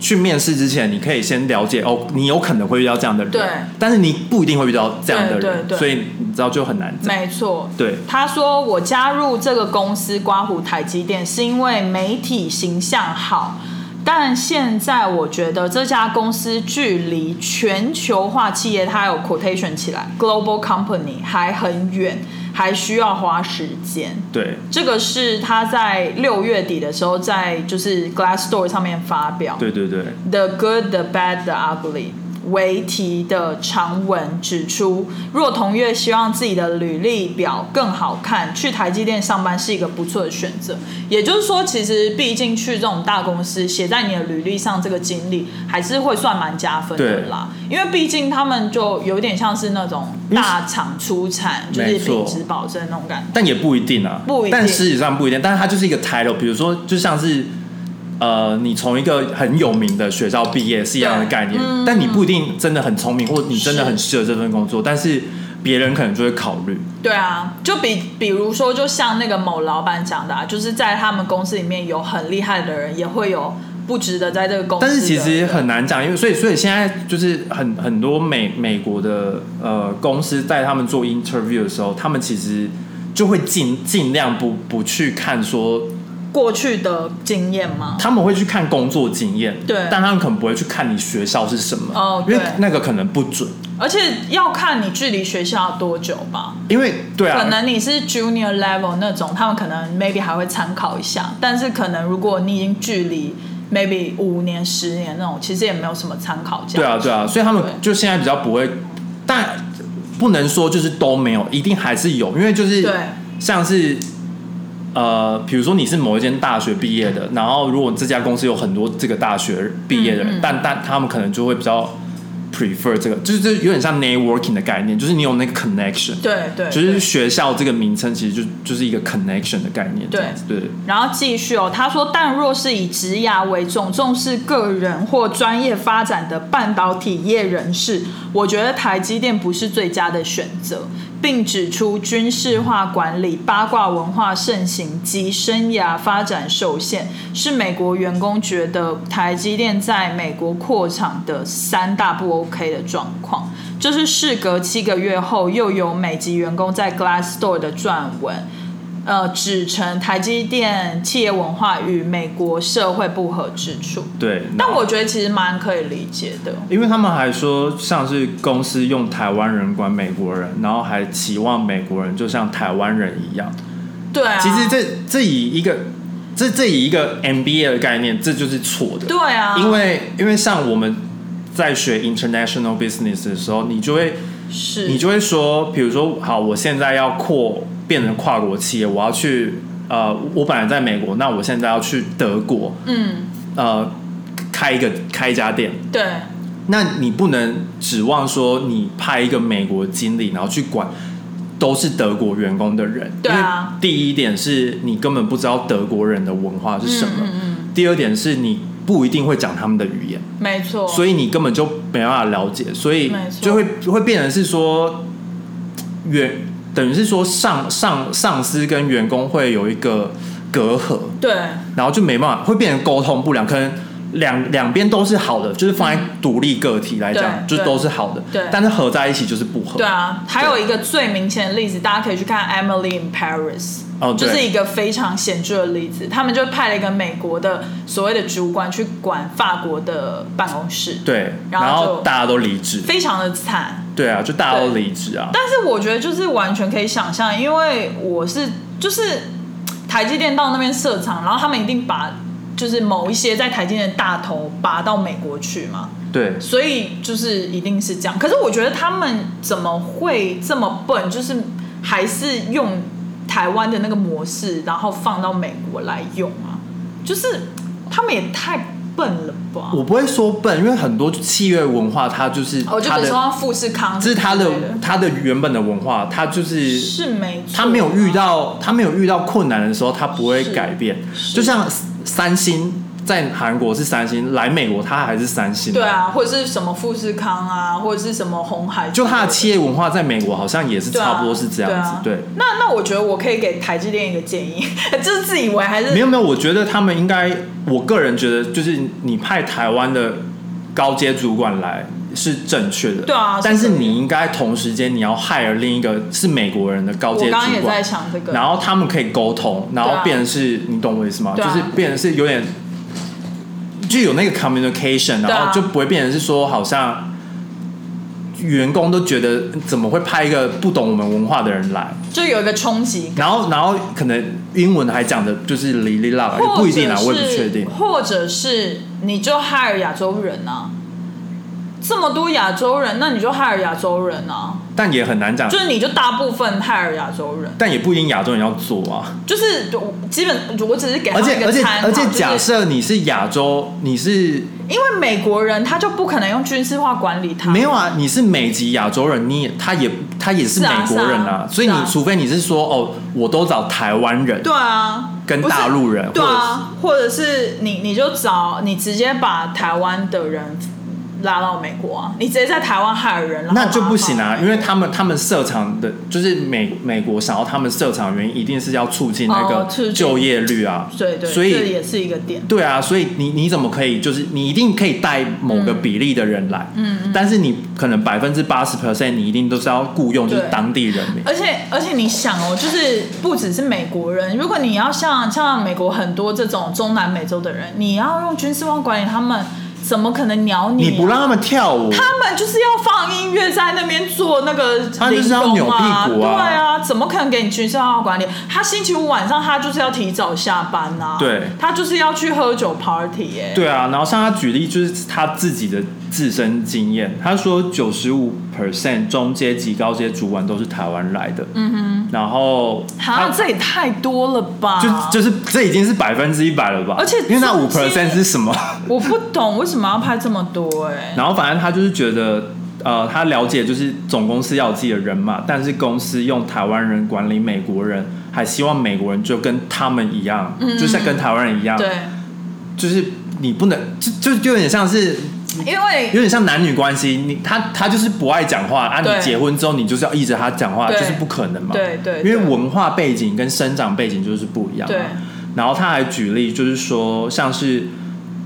[SPEAKER 2] 去面试之前，你可以先了解哦，你有可能会遇到这样的人，
[SPEAKER 1] 对
[SPEAKER 2] 但是你不一定会遇到这样的
[SPEAKER 1] 对
[SPEAKER 2] 人，
[SPEAKER 1] 对对
[SPEAKER 2] 所以你知道就很难讲，
[SPEAKER 1] 没错，
[SPEAKER 2] 对
[SPEAKER 1] 他说：“我加入这个公司刮胡台积电是因为媒体形象好，但现在我觉得这家公司距离全球化企业，它有 quotation 起来 global company 还很远，还需要花时间。
[SPEAKER 2] 对
[SPEAKER 1] 这个是他在六月底的时候在就是 Glassdoor 上面发表
[SPEAKER 2] 对对对，
[SPEAKER 1] The Good, the Bad, the Ugly。维提的长文指出，若同月希望自己的履历表更好看，去台积电上班是一个不错的选择。也就是说，其实毕竟去这种大公司，写在你的履历上这个经历，还是会算蛮加分的啦。因为毕竟他们就有点像是那种大厂出产，就是
[SPEAKER 2] 没错
[SPEAKER 1] 品质保证那种感觉。
[SPEAKER 2] 但也不一定啊，
[SPEAKER 1] 不一定
[SPEAKER 2] 但实际上不一定，但是它就是一个 title，比如说就像是呃，你从一个很有名的学校毕业是一样的概念，
[SPEAKER 1] 嗯
[SPEAKER 2] 但你不一定真的很聪明，或你真的很适合这份工作，但是别人可能就会考虑，
[SPEAKER 1] 对啊，就比比如说，就像那个某老板讲的、啊，就是在他们公司里面有很厉害的人，也会有不值得在这个公哦司的
[SPEAKER 2] 但
[SPEAKER 1] 人。
[SPEAKER 2] 是其实很难讲，因为所以所以现在就是很很多美美国的呃公司在他们做 interview 的时候，他们其实就会尽尽量不不去看说
[SPEAKER 1] 过去的经验嘛，
[SPEAKER 2] 他们会去看工作经验，
[SPEAKER 1] 对
[SPEAKER 2] 但他们可能不会去看你学校是什么，
[SPEAKER 1] 哦
[SPEAKER 2] 因为
[SPEAKER 1] 对
[SPEAKER 2] 那个可能不准，
[SPEAKER 1] 而且要看你距离学校多久吧。
[SPEAKER 2] 因为对啊，
[SPEAKER 1] 可能你是 junior level 那种，他们可能 maybe 还会参考一下，但是可能如果你已经距离 maybe 五年、十年那种，其实也没有什么参考价。
[SPEAKER 2] 对啊，对啊，所以他们就现在比较不会，但不能说就是都没有，一定还是有，因为就是
[SPEAKER 1] 对
[SPEAKER 2] 像是呃，比如说你是某一间大学毕业的，然后如果这家公司有很多这个大学毕业的
[SPEAKER 1] 嗯
[SPEAKER 2] 人，但但他们可能就会比较 prefer 这个，就是这有点像 networking 的概念，就是你有那个 connection，
[SPEAKER 1] 对对，
[SPEAKER 2] 就
[SPEAKER 1] 对
[SPEAKER 2] 是学校这个名称其实就就是一个 connection 的概念，
[SPEAKER 1] 对
[SPEAKER 2] 这样子对
[SPEAKER 1] 然后继续哦，他说，但若是以职涯为重，重视个人或专业发展的半导体业人士，我觉得台积电不是最佳的选择，并指出军事化管理、八卦文化盛行及生涯发展受限，是美国员工觉得台积电在美国扩厂的三大不 OK 的状况。这是事隔七个月后，又有美籍员工在 Glassdoor 的撰文。呃，指成台积电企业文化与美国社会不合之处。
[SPEAKER 2] 对。然
[SPEAKER 1] 但
[SPEAKER 2] 后
[SPEAKER 1] 我觉得其实蛮可以理解的，
[SPEAKER 2] 因为他们还说，像是公司用台湾人管美国人，然后还期望美国人就像台湾人一样。
[SPEAKER 1] 对啊，
[SPEAKER 2] 其实这这以一个这这以一个 MBA 的概念，这就是错的。
[SPEAKER 1] 对啊，
[SPEAKER 2] 因为因为像我们在学 international business 的时候，你就会
[SPEAKER 1] 是
[SPEAKER 2] 你就会说，比如说，好，我现在要扩变成跨国企业，我要去呃，我本来在美国，那我现在要去德国，
[SPEAKER 1] 嗯，
[SPEAKER 2] 呃，开一个开一家店，
[SPEAKER 1] 对
[SPEAKER 2] 那你不能指望说你派一个美国经理，然后去管都是德国员工的人。
[SPEAKER 1] 对啊
[SPEAKER 2] 因为第一点是你根本不知道德国人的文化是什么，
[SPEAKER 1] 嗯嗯
[SPEAKER 2] 第二点是你不一定会讲他们的语言，
[SPEAKER 1] 嗯，没错。
[SPEAKER 2] 所
[SPEAKER 1] 以
[SPEAKER 2] 以你根本就没办法了解，所以
[SPEAKER 1] 没错
[SPEAKER 2] 就会会变成是说员等于是说上上上司跟员工会有一个隔阂，
[SPEAKER 1] 对
[SPEAKER 2] 然后就没办法，会变成沟通不良，可能两两边都是好的，就是放在独立个体来讲，
[SPEAKER 1] 对
[SPEAKER 2] 就
[SPEAKER 1] 对
[SPEAKER 2] 都是好的，
[SPEAKER 1] 对
[SPEAKER 2] 但是合在一起就是不合，
[SPEAKER 1] 对啊，还有一个最明显的例子，大家可以去看《Emily in Paris》。
[SPEAKER 2] 哦，
[SPEAKER 1] 就
[SPEAKER 2] 对，
[SPEAKER 1] 是一个非常显著的例子，他们就派了一个美国的所谓的主管去管法国的办公室，
[SPEAKER 2] 对，
[SPEAKER 1] 然后
[SPEAKER 2] 然
[SPEAKER 1] 就
[SPEAKER 2] 后大家都离职，
[SPEAKER 1] 非常的惨。
[SPEAKER 2] 对啊，就大家都离职啊，
[SPEAKER 1] 但是我觉得就是完全可以想象，因为我是就是台积电到那边设厂，然后他们一定把就是某一些在台积电的大头拔到美国去嘛，
[SPEAKER 2] 对，
[SPEAKER 1] 所以就是一定是这样。可是我觉得他们怎么会这么笨？就是还是用台湾的那个模式，然后放到美国来用啊？就是他们也太笨了吧？
[SPEAKER 2] 我不会说笨，因为很多契约文化它就是
[SPEAKER 1] 哦，就
[SPEAKER 2] 它
[SPEAKER 1] 比如
[SPEAKER 2] 的。
[SPEAKER 1] 说富士康
[SPEAKER 2] 这
[SPEAKER 1] 之
[SPEAKER 2] 是
[SPEAKER 1] 类，
[SPEAKER 2] 他的他的原本的文化，他就是
[SPEAKER 1] 是没错啊
[SPEAKER 2] 他没有遇到他没有遇到困难的时候，他不会
[SPEAKER 1] 是
[SPEAKER 2] 改变。
[SPEAKER 1] 是
[SPEAKER 2] 就像三星在韩国是三星，来美国他还是三星。
[SPEAKER 1] 对，啊，或者是什么富士康啊，或者是什么红海之类，
[SPEAKER 2] 就他的企业文化在美国好像也是
[SPEAKER 1] 对啊
[SPEAKER 2] 差不多是这样子。
[SPEAKER 1] 对啊那那我觉得我可以给台积电一个建议， 就是自以为还是
[SPEAKER 2] 没有没有，我觉得他们应该，我个人觉得就是你派台湾的高阶主管来。是正确的，
[SPEAKER 1] 对啊
[SPEAKER 2] 但
[SPEAKER 1] 是
[SPEAKER 2] 是
[SPEAKER 1] 可以
[SPEAKER 2] 你应该同时间你要 hire 另一个是美国人的高
[SPEAKER 1] 我
[SPEAKER 2] 阶主
[SPEAKER 1] 刚刚也
[SPEAKER 2] 管，
[SPEAKER 1] 在想这个，
[SPEAKER 2] 然后他们可以沟通，然
[SPEAKER 1] 对
[SPEAKER 2] 后
[SPEAKER 1] 啊
[SPEAKER 2] 变成是，你懂我意思吗？
[SPEAKER 1] 对啊
[SPEAKER 2] 就是变成是有点，就有那个 communication，
[SPEAKER 1] 对啊
[SPEAKER 2] 然后就不会变成是说好像员工都觉得怎么会派一个不懂我们文化的人来，
[SPEAKER 1] 就有一个冲击
[SPEAKER 2] 然后然后可能英文还讲的就是哩哩啦啦，也
[SPEAKER 1] 或
[SPEAKER 2] 不
[SPEAKER 1] 者
[SPEAKER 2] 一定
[SPEAKER 1] 是，
[SPEAKER 2] 啊，我也不确定。
[SPEAKER 1] 或者是你就害了亚洲人啊，这么多亚洲人，那你就害了亚洲人啊，
[SPEAKER 2] 但也很难讲
[SPEAKER 1] 就，是你就大部分害了亚洲人，啊
[SPEAKER 2] 但也不一定亚洲人要做啊。
[SPEAKER 1] 就是我基本我只是给他
[SPEAKER 2] 而
[SPEAKER 1] 们一
[SPEAKER 2] 且
[SPEAKER 1] 个
[SPEAKER 2] 而且
[SPEAKER 1] 参考，
[SPEAKER 2] 而且，
[SPEAKER 1] 就是
[SPEAKER 2] 假设你是亚洲，你是
[SPEAKER 1] 因为美国人他就不可能用军事化管理他，
[SPEAKER 2] 没有啊，你是美籍亚洲人，你也他也他也是
[SPEAKER 1] 是
[SPEAKER 2] 美
[SPEAKER 1] 啊
[SPEAKER 2] 国人
[SPEAKER 1] 是啊
[SPEAKER 2] 啊，所以你
[SPEAKER 1] 是啊
[SPEAKER 2] 除非你是说哦，我都找台湾人，
[SPEAKER 1] 对啊，
[SPEAKER 2] 跟
[SPEAKER 1] 不是
[SPEAKER 2] 大陆人
[SPEAKER 1] 对啊，或者是你你就找你直接把台湾的人拉到美国啊，你直接在台湾害了人，然后
[SPEAKER 2] 那就不行
[SPEAKER 1] 把他
[SPEAKER 2] 啊，
[SPEAKER 1] 放
[SPEAKER 2] 因为他们他们设厂的，就是美美国想要他们设厂的原因，一定是要促进那
[SPEAKER 1] 哦促
[SPEAKER 2] 个
[SPEAKER 1] 进
[SPEAKER 2] 就业率啊，
[SPEAKER 1] 对对，
[SPEAKER 2] 所
[SPEAKER 1] 这
[SPEAKER 2] 以
[SPEAKER 1] 也是一个点。
[SPEAKER 2] 对啊，所以你你怎么可以就是你一定可以带某个比例的人来，嗯，但是你可能百分之八十 percent 你一定都是要雇佣就是
[SPEAKER 1] 对
[SPEAKER 2] 当地人民，
[SPEAKER 1] 而且而且你想哦，就是不只是美国人，如果你要像像美国很多这种中南美洲的人，你要用军事化管理他们，怎么可能鸟你、啊
[SPEAKER 2] 你不让他
[SPEAKER 1] 们，
[SPEAKER 2] 们跳舞，
[SPEAKER 1] 他们就是要放音乐在那边做那个零工啊，
[SPEAKER 2] 他就是要扭屁股啊
[SPEAKER 1] 对啊，怎么可能给你军事化管理？他星期五晚上他就是要提早下班啊，
[SPEAKER 2] 对
[SPEAKER 1] 他就是要去喝酒 party 哎、
[SPEAKER 2] 对啊，然后像他举例就是他自己的自身经验，他说九十五 percent 中阶级、高阶主管都是台湾来的，嗯哼，然后
[SPEAKER 1] 啊
[SPEAKER 2] 他，
[SPEAKER 1] 这也太多了吧？
[SPEAKER 2] 就就是这已经是百分之一百了吧？
[SPEAKER 1] 而且
[SPEAKER 2] 因为那五
[SPEAKER 1] 中阶
[SPEAKER 2] percent 是什么？
[SPEAKER 1] 我不懂为什么要拍这么多哎、
[SPEAKER 2] 然后反正他就是觉得，呃，他了解就是总公司要有自己的人嘛，但是公司用台湾人管理美国人，还希望美国人就跟他们一样，就像跟台湾人一样，
[SPEAKER 1] 对，
[SPEAKER 2] 就是你不能就就就有点像是
[SPEAKER 1] 因为
[SPEAKER 2] 有点像男女关系，你他他就是不爱讲话啊，
[SPEAKER 1] 对
[SPEAKER 2] 你结婚之后你就是要依着他讲话，
[SPEAKER 1] 对
[SPEAKER 2] 就是不可能嘛。
[SPEAKER 1] 对对
[SPEAKER 2] 因为
[SPEAKER 1] 对
[SPEAKER 2] 文化背景跟生长背景就是不一样嘛。
[SPEAKER 1] 对
[SPEAKER 2] 然后他还举例，就是说像是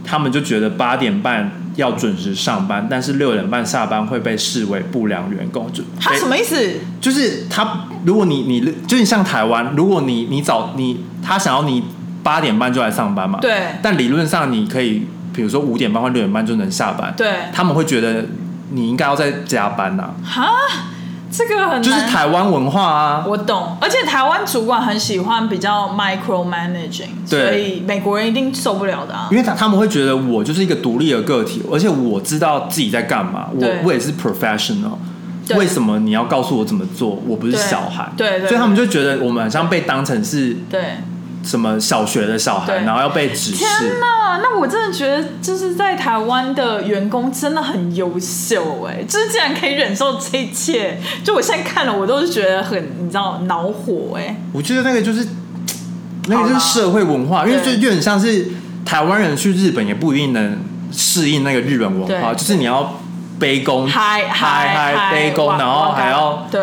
[SPEAKER 2] 他们就觉得八点半要准时上班，但是六点半下班会被视为不良员工，就
[SPEAKER 1] 他什么意思？
[SPEAKER 2] 就是他，如果你你就是像台湾，如果你你早你他想要你八点半就来上班嘛，
[SPEAKER 1] 对
[SPEAKER 2] 但理论上你可以，比如说五点半或六点半就能下班，
[SPEAKER 1] 对
[SPEAKER 2] 他们会觉得你应该要再加班呐、
[SPEAKER 1] 哈，这个很难。
[SPEAKER 2] 就是台湾文化啊，
[SPEAKER 1] 我懂，而且台湾主管很喜欢比较 micro managing，
[SPEAKER 2] 对
[SPEAKER 1] 所以美国人一定受不了的、啊
[SPEAKER 2] 因。为他他们会觉得我就是一个独立的个体，而且我知道自己在干嘛，我
[SPEAKER 1] 对
[SPEAKER 2] 我也是 professional。
[SPEAKER 1] 对
[SPEAKER 2] 为什么你要告诉我怎么做？我不是
[SPEAKER 1] 对
[SPEAKER 2] 小孩，
[SPEAKER 1] 对对
[SPEAKER 2] 所以他们就觉得我们好像被当成是
[SPEAKER 1] 对
[SPEAKER 2] 什么小学的小孩，
[SPEAKER 1] 对
[SPEAKER 2] 然后要被指示。
[SPEAKER 1] 天呐，那我真的觉得就是在台湾的员工真的很优秀哎、就是竟然可以忍受这一切，就我现在看了我都是觉得很你知道恼火哎、
[SPEAKER 2] 我觉得那个就是那
[SPEAKER 1] 好
[SPEAKER 2] 个
[SPEAKER 1] 啦
[SPEAKER 2] 就是社会文化，因为就
[SPEAKER 1] 对
[SPEAKER 2] 有点像是台湾人去日本也不一定能适应那个日本文化，
[SPEAKER 1] 对
[SPEAKER 2] 就是你要卑躬
[SPEAKER 1] 嗨
[SPEAKER 2] 嗨
[SPEAKER 1] 嗨
[SPEAKER 2] 卑躬，
[SPEAKER 1] 哇
[SPEAKER 2] 然后
[SPEAKER 1] 哇
[SPEAKER 2] 还要
[SPEAKER 1] 对，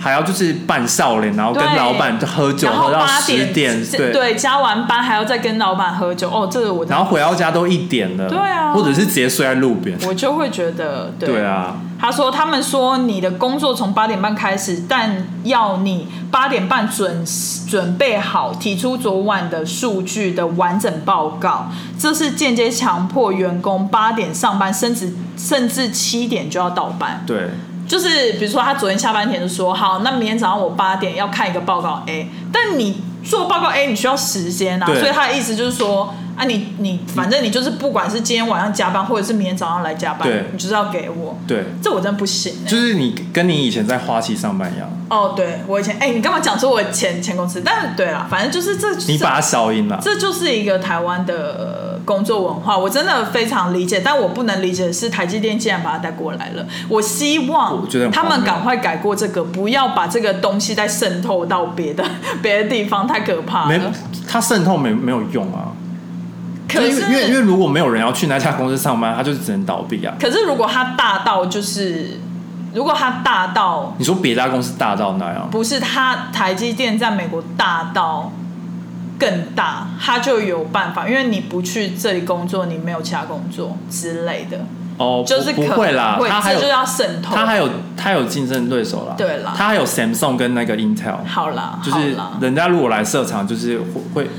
[SPEAKER 2] 还要就是扮笑脸，然后跟
[SPEAKER 1] 对
[SPEAKER 2] 老板喝酒
[SPEAKER 1] 然
[SPEAKER 2] 喝
[SPEAKER 1] 后
[SPEAKER 2] 到
[SPEAKER 1] 八
[SPEAKER 2] 十点，
[SPEAKER 1] 对对加完班还要再跟老板喝酒哦，这个我
[SPEAKER 2] 然后回到家都一点了，
[SPEAKER 1] 对啊
[SPEAKER 2] 或者是直接睡在路边，
[SPEAKER 1] 我就会觉得对
[SPEAKER 2] 对啊，
[SPEAKER 1] 他说：“他们说你的工作从八点半开始，但要你八点半准准备好，提出昨晚的数据的完整报告。这是间接强迫员工八点上班，甚至甚至七点就要到班。
[SPEAKER 2] 对，
[SPEAKER 1] 就是比如说，他昨天下班前就说好，那明天早上我八点要看一个报告 A，但你做报告 A 你需要时间啊，
[SPEAKER 2] 对
[SPEAKER 1] 所以他的意思就是说。”啊你，你反正你就是不管是今天晚上加班，或者是明天早上来加班
[SPEAKER 2] 对，
[SPEAKER 1] 你就是要给我。
[SPEAKER 2] 对，
[SPEAKER 1] 这我真的不行、欸。
[SPEAKER 2] 就是你跟你以前在花旗上班一样，
[SPEAKER 1] 哦，对我以前，哎、你干嘛讲说我前前公司？但对啦，反正就是这，
[SPEAKER 2] 你把它消音了，
[SPEAKER 1] 这这就是一个台湾的工作文化，我真的非常理解。但我不能理解的是，台积电竟然把它带过来了。我希望
[SPEAKER 2] 我觉得很
[SPEAKER 1] 他
[SPEAKER 2] 荒
[SPEAKER 1] 们
[SPEAKER 2] 谬
[SPEAKER 1] 赶快改过这个，不要把这个东西再渗透到别的 别的地方，太可怕
[SPEAKER 2] 没
[SPEAKER 1] 了。
[SPEAKER 2] 它渗透没没有用啊，
[SPEAKER 1] 可
[SPEAKER 2] 就是因为因为因为如果没有人要去那家公司上班，他就只能倒闭啊。
[SPEAKER 1] 可是如果它大到就是，如果它大到
[SPEAKER 2] 你说别家公司大到那样，
[SPEAKER 1] 不是它台积电在美国大到更大，它就有办法，因为你不去这里工作，你没有其他工作之类的，
[SPEAKER 2] 哦，不
[SPEAKER 1] 就是
[SPEAKER 2] 不
[SPEAKER 1] 可
[SPEAKER 2] 会啦
[SPEAKER 1] 能，会
[SPEAKER 2] 他还
[SPEAKER 1] 这
[SPEAKER 2] 有
[SPEAKER 1] 就要渗透。
[SPEAKER 2] 他还有他有竞争对手啦，
[SPEAKER 1] 对啦
[SPEAKER 2] 他还有 Samsung 跟那个 Intel，
[SPEAKER 1] 好啦，
[SPEAKER 2] 就是
[SPEAKER 1] 好啦，
[SPEAKER 2] 人家如果来设厂，就是会会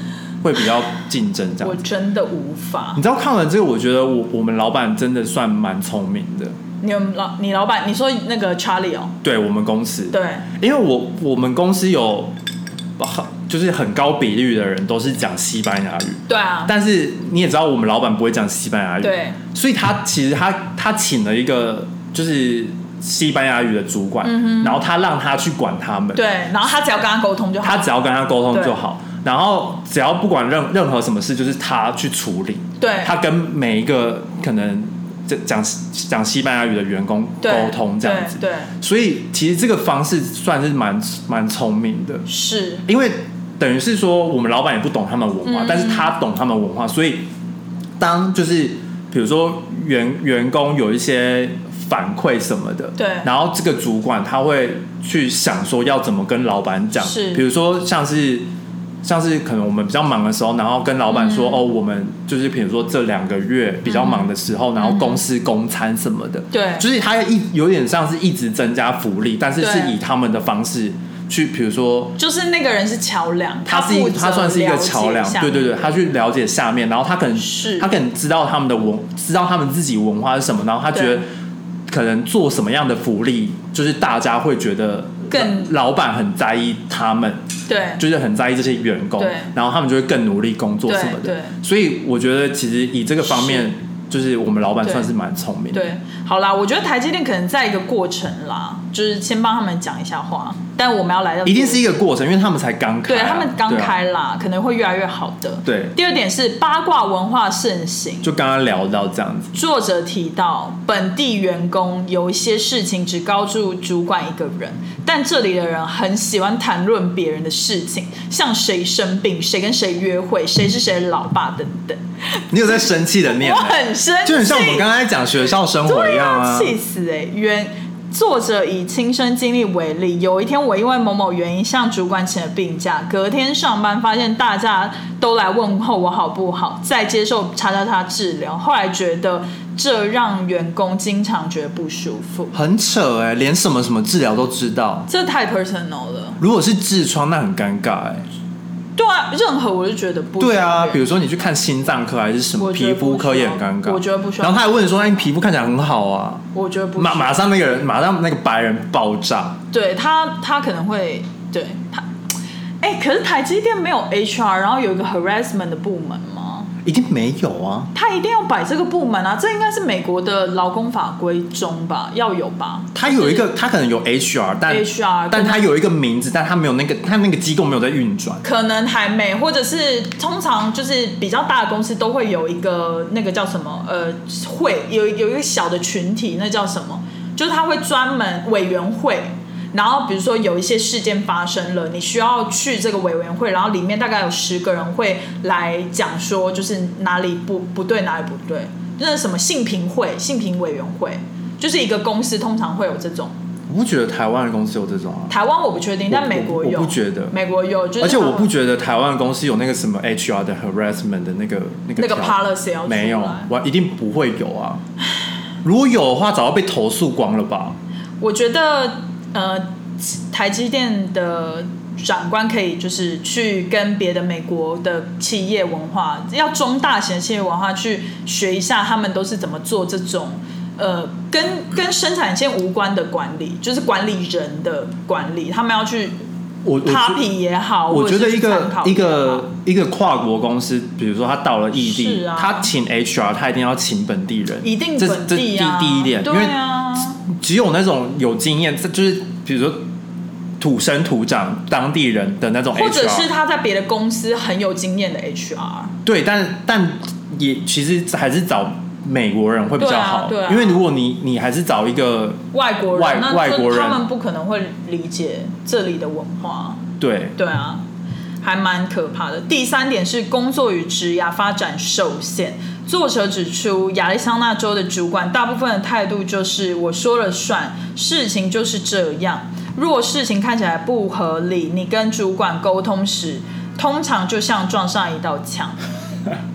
[SPEAKER 2] 会比较竞争这
[SPEAKER 1] 我
[SPEAKER 2] 样。
[SPEAKER 1] 真的无法
[SPEAKER 2] 你。知道看完这个，我觉得我我们老板真的算蛮聪明的，
[SPEAKER 1] 你们老你老板，你说那个 Charlie 哦，
[SPEAKER 2] 对我们公司，
[SPEAKER 1] 对，
[SPEAKER 2] 因为我我们公司有很就是很高比率的人都是讲西班牙语，
[SPEAKER 1] 对啊，
[SPEAKER 2] 但是你也知道我们老板不会讲西班牙语，
[SPEAKER 1] 对，
[SPEAKER 2] 所以他其实他他请了一个就是西班牙语的主管，然后他让他去管他们，
[SPEAKER 1] 嗯对，然后他只要跟他沟通就好。
[SPEAKER 2] 他只要跟他沟通
[SPEAKER 1] 对
[SPEAKER 2] 就好，然后只要不管任任何什么事，就是他去处理，
[SPEAKER 1] 对
[SPEAKER 2] 他跟每一个可能这讲讲西班牙语的员工沟
[SPEAKER 1] 对
[SPEAKER 2] 通这样子，
[SPEAKER 1] 对，对
[SPEAKER 2] 所以其实这个方式算是蛮蛮聪明的，
[SPEAKER 1] 是，
[SPEAKER 2] 因为等于是说我们老板也不懂他们文化，
[SPEAKER 1] 嗯
[SPEAKER 2] 但是他懂他们文化，所以当就是比如说员员工有一些反馈什么的，
[SPEAKER 1] 对
[SPEAKER 2] 然后这个主管他会去想说要怎么跟老板讲，
[SPEAKER 1] 是
[SPEAKER 2] 比如说像是。像是可能我们比较忙的时候，然后跟老板
[SPEAKER 1] 嗯
[SPEAKER 2] 说、哦，我们就是比如说这两个月比较忙的时候，然后公司公餐什么的，
[SPEAKER 1] 嗯对
[SPEAKER 2] 就是他一有点像是一直增加福利，但是
[SPEAKER 1] 对
[SPEAKER 2] 是以他们的方式去，比如说
[SPEAKER 1] 就是那个人是桥梁，
[SPEAKER 2] 他是一
[SPEAKER 1] 负
[SPEAKER 2] 个
[SPEAKER 1] 责
[SPEAKER 2] 他算是一个桥
[SPEAKER 1] 了
[SPEAKER 2] 梁
[SPEAKER 1] 解下，
[SPEAKER 2] 对对对，
[SPEAKER 1] 面
[SPEAKER 2] 他去了解下面，然后他可能
[SPEAKER 1] 是
[SPEAKER 2] 他可能知道他们的文，知道他们自己文化是什么，然后他觉
[SPEAKER 1] 对
[SPEAKER 2] 得可能做什么样的福利，就是大家会觉得
[SPEAKER 1] 更
[SPEAKER 2] 老板很在意他们，
[SPEAKER 1] 对，
[SPEAKER 2] 就是很在意这些员工
[SPEAKER 1] 对，
[SPEAKER 2] 然后他们就会更努力工作
[SPEAKER 1] 对
[SPEAKER 2] 什么
[SPEAKER 1] 对
[SPEAKER 2] 的。所以我觉得其实以这个方面，就是我们老板
[SPEAKER 1] 对
[SPEAKER 2] 算是蛮聪明的。
[SPEAKER 1] 对，好啦，我觉得台积电可能在一个过程啦，就是先帮他们讲一下话，但我们要来到
[SPEAKER 2] 一定是一个过程，因为他们才刚开
[SPEAKER 1] 对
[SPEAKER 2] 啊、
[SPEAKER 1] 他们刚
[SPEAKER 2] 对啊
[SPEAKER 1] 开啦，可能会越来越好的。
[SPEAKER 2] 对
[SPEAKER 1] 第二点是八卦文化盛行。
[SPEAKER 2] 就刚刚聊到这样子，
[SPEAKER 1] 作者提到，本地员工有一些事情只告诉主管一个人，但这里的人很喜欢谈论别人的事情，像谁生病、谁跟谁约会、谁是谁的老爸等等。
[SPEAKER 2] 你有在生气的念
[SPEAKER 1] 我
[SPEAKER 2] 吗？
[SPEAKER 1] 很生气，
[SPEAKER 2] 就很像我们刚才讲学校生活一样啊。
[SPEAKER 1] 气死哎、欸！原作者以亲身经历为例，有一天我因为某某原因向主管请了病假，隔天上班发现大家都来问候我好不好，再接受叉叉叉治疗，后来觉得这让员工经常觉得不舒服，
[SPEAKER 2] 很扯哎、连什么什么治疗都知道。
[SPEAKER 1] 这太 personal 了。
[SPEAKER 2] 如果是痔疮，那很尴尬哎、
[SPEAKER 1] 对啊，任何我就觉得不
[SPEAKER 2] 对啊，
[SPEAKER 1] 舒服
[SPEAKER 2] 比如说你去看心脏科还是什么
[SPEAKER 1] 我觉得
[SPEAKER 2] 皮肤科也很尴尬。
[SPEAKER 1] 不需要我觉得不需要
[SPEAKER 2] 然后他还问说：“哎，你皮肤看起来很好啊。
[SPEAKER 1] 我觉得”不
[SPEAKER 2] 马
[SPEAKER 1] 舒服
[SPEAKER 2] 马上那个人，马上那个白人爆炸。
[SPEAKER 1] 对他，他可能会对他，哎、可是台积电没有 HR，然后有一个 harassment 的部门吗？
[SPEAKER 2] 一定没有啊。
[SPEAKER 1] 他一定要摆这个部门啊，这应该是美国的劳工法规中吧，要有吧？
[SPEAKER 2] 他有一个，他可能有 HR，但
[SPEAKER 1] HR
[SPEAKER 2] 但
[SPEAKER 1] 跟
[SPEAKER 2] 他有一个名字，但他没有那个，他那个机构没有在运转。
[SPEAKER 1] 可能还没，或者是通常就是比较大的公司都会有一个那个叫什么呃会有有一个小的群体，那叫什么？就是他会专门委员会，然后比如说有一些事件发生了，你需要去这个委员会，然后里面大概有十个人会来讲说，就是哪里不不对，哪里不对，那是什么性平会、性平委员会，就是一个公司通常会有这种。
[SPEAKER 2] 我不觉得台湾的公司有这种啊，
[SPEAKER 1] 台湾我不确定，但美国有，
[SPEAKER 2] 我不觉得
[SPEAKER 1] 美国有，就是
[SPEAKER 2] 而且我
[SPEAKER 1] 他
[SPEAKER 2] 不
[SPEAKER 1] 们
[SPEAKER 2] 觉得台湾的公司有那个什么 HR 的 harassment 的那个那个
[SPEAKER 1] 那个
[SPEAKER 2] 条
[SPEAKER 1] policy 要出
[SPEAKER 2] 没有
[SPEAKER 1] 来，
[SPEAKER 2] 我一定不会有啊。如果有的话，早就被投诉光了吧？
[SPEAKER 1] 我觉得呃，台积电的长官可以就是去跟别的美国的企业文化，要中大型的企业文化去学一下，他们都是怎么做这种。呃，跟跟生产线无关的管理，就是管理人的管理，他们要去
[SPEAKER 2] 我我觉
[SPEAKER 1] copy 也好，
[SPEAKER 2] 我
[SPEAKER 1] 或
[SPEAKER 2] 觉
[SPEAKER 1] 者
[SPEAKER 2] 得
[SPEAKER 1] 是
[SPEAKER 2] 一
[SPEAKER 1] 去参
[SPEAKER 2] 个
[SPEAKER 1] 考
[SPEAKER 2] 一
[SPEAKER 1] 也好
[SPEAKER 2] 个一个跨国公司，比如说他到了异地，
[SPEAKER 1] 是啊
[SPEAKER 2] 他请 HR，他一定要请本地人，
[SPEAKER 1] 一定
[SPEAKER 2] 这
[SPEAKER 1] 本
[SPEAKER 2] 这
[SPEAKER 1] 地啊，
[SPEAKER 2] 第第一点，因
[SPEAKER 1] 对
[SPEAKER 2] 为
[SPEAKER 1] 啊，
[SPEAKER 2] 只有那种有经验，这就是比如说土生土长当地人的那种 HR，
[SPEAKER 1] 或者是他在别的公司很有经验的 HR，
[SPEAKER 2] 对，但但也其实还是找美国人会比较好，
[SPEAKER 1] 对啊对啊
[SPEAKER 2] 因为如果你你还是找一个
[SPEAKER 1] 外国人，
[SPEAKER 2] 外
[SPEAKER 1] 那
[SPEAKER 2] 外国人
[SPEAKER 1] 他们不可能会理解这里的文化，
[SPEAKER 2] 对
[SPEAKER 1] 对啊，还蛮可怕的。第三点是工作与职涯发展受限。作者指出，亚利桑那州的主管大部分的态度就是我说了算，事情就是这样。若事情看起来不合理，你跟主管沟通时，通常就像撞上一道墙。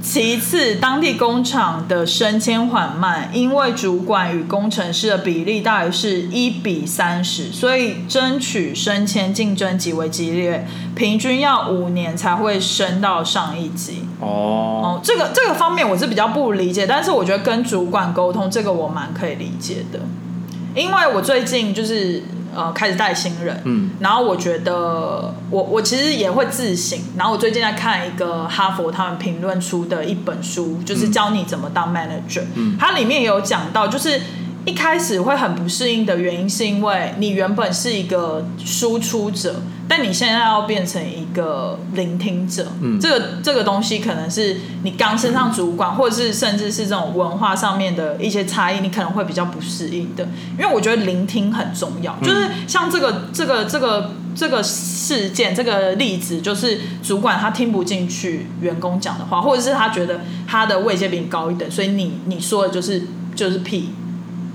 [SPEAKER 1] 其次，当地工厂的升迁缓慢，因为主管与工程师的比例大约是一比三十，所以争取升迁竞争极为激烈，平均要五年才会升到上一级。
[SPEAKER 2] 哦，
[SPEAKER 1] 哦，这个这个方面我是比较不理解，但是我觉得跟主管沟通这个我蛮可以理解的，因为我最近就是呃开始带新人，
[SPEAKER 2] 嗯，
[SPEAKER 1] 然后我觉得我我其实也会自省，然后我最近在看一个哈佛他们评论出的一本书，就是教你怎么当 manager，
[SPEAKER 2] 嗯
[SPEAKER 1] 它里面也有讲到就是。一开始会很不适应的原因，是因为你原本是一个输出者，但你现在要变成一个聆听者。
[SPEAKER 2] 嗯
[SPEAKER 1] 这个这个东西可能是你刚升上主管，或者是甚至是这种文化上面的一些差异，你可能会比较不适应的。因为我觉得聆听很重要，
[SPEAKER 2] 嗯
[SPEAKER 1] 就是像这个这个这个这个事件这个例子，就是主管他听不进去员工讲的话，或者是他觉得他的位阶比你高一等，所以你你说的就是就是屁，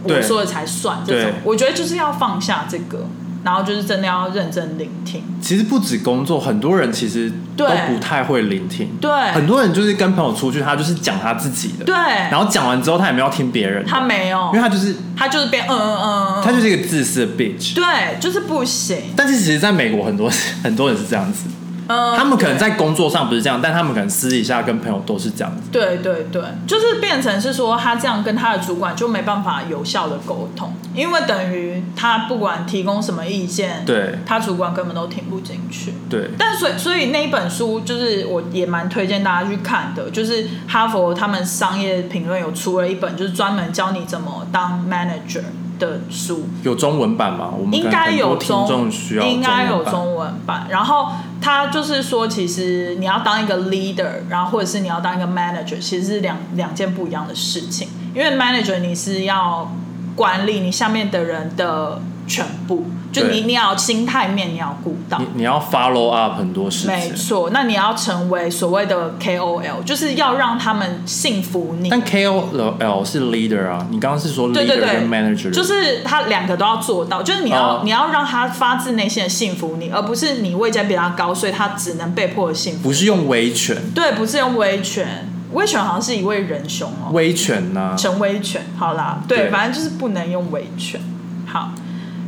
[SPEAKER 1] 我
[SPEAKER 2] 对
[SPEAKER 1] 说的才算。这
[SPEAKER 2] 对
[SPEAKER 1] 种我觉得就是要放下这个，然后就是真的要认真聆听。
[SPEAKER 2] 其实不止工作，很多人其实都
[SPEAKER 1] 对
[SPEAKER 2] 不太会聆听，
[SPEAKER 1] 对
[SPEAKER 2] 很多人就是跟朋友出去，他就是讲他自己的，
[SPEAKER 1] 对，
[SPEAKER 2] 然后讲完之后他也没有听别人的，
[SPEAKER 1] 他没有
[SPEAKER 2] 因为，他就是
[SPEAKER 1] 他就是变嗯嗯嗯嗯，
[SPEAKER 2] 他就是一个自私的 bitch。
[SPEAKER 1] 对，就是不行。
[SPEAKER 2] 但是其实，在美国很多 很多人是这样子，
[SPEAKER 1] 嗯，
[SPEAKER 2] 他们可能在工作上不是这样，但他们可能私底下跟朋友都是这样子。
[SPEAKER 1] 对对对，就是变成是说他这样跟他的主管就没办法有效的沟通，因为等于他不管提供什么意见，
[SPEAKER 2] 对
[SPEAKER 1] 他主管根本都听不进去。
[SPEAKER 2] 对，
[SPEAKER 1] 但所以所以那一本书就是我也蛮推荐大家去看的，就是哈佛他们商业评论有出了一本，就是专门教你怎么当 manager 的书。
[SPEAKER 2] 有中文版吗？我们
[SPEAKER 1] 应
[SPEAKER 2] 可能
[SPEAKER 1] 该
[SPEAKER 2] 很多
[SPEAKER 1] 有
[SPEAKER 2] 听众
[SPEAKER 1] 中，
[SPEAKER 2] 需要
[SPEAKER 1] 应该有
[SPEAKER 2] 文版
[SPEAKER 1] 中文版。然后他就是说，其实你要当一个 leader，然后或者是你要当一个 manager，其实是两两件不一样的事情。因为 manager 你是要管理你下面的人的全部，就
[SPEAKER 2] 对
[SPEAKER 1] 你你要心态面你要顾到。
[SPEAKER 2] 你你要 follow up 很多事
[SPEAKER 1] 没
[SPEAKER 2] 情，
[SPEAKER 1] 错，那你要成为所谓的 KOL，就是要让他们信服你。
[SPEAKER 2] 但 KOL 是 leader 啊，你刚刚是说
[SPEAKER 1] 对对
[SPEAKER 2] leader
[SPEAKER 1] 对
[SPEAKER 2] 跟 manager，
[SPEAKER 1] 就是他两个都要做到，就是你要、
[SPEAKER 2] 哦
[SPEAKER 1] 你要让他发自内心的信服你，而不是你位阶比他高，所以他只能被迫的信服。
[SPEAKER 2] 不是用威权，
[SPEAKER 1] 对，不是用威权，威权好像是一位仁兄哦，
[SPEAKER 2] 威权呐、
[SPEAKER 1] 陈威权，好啦，对，
[SPEAKER 2] 对
[SPEAKER 1] 反正就是不能用威权。好，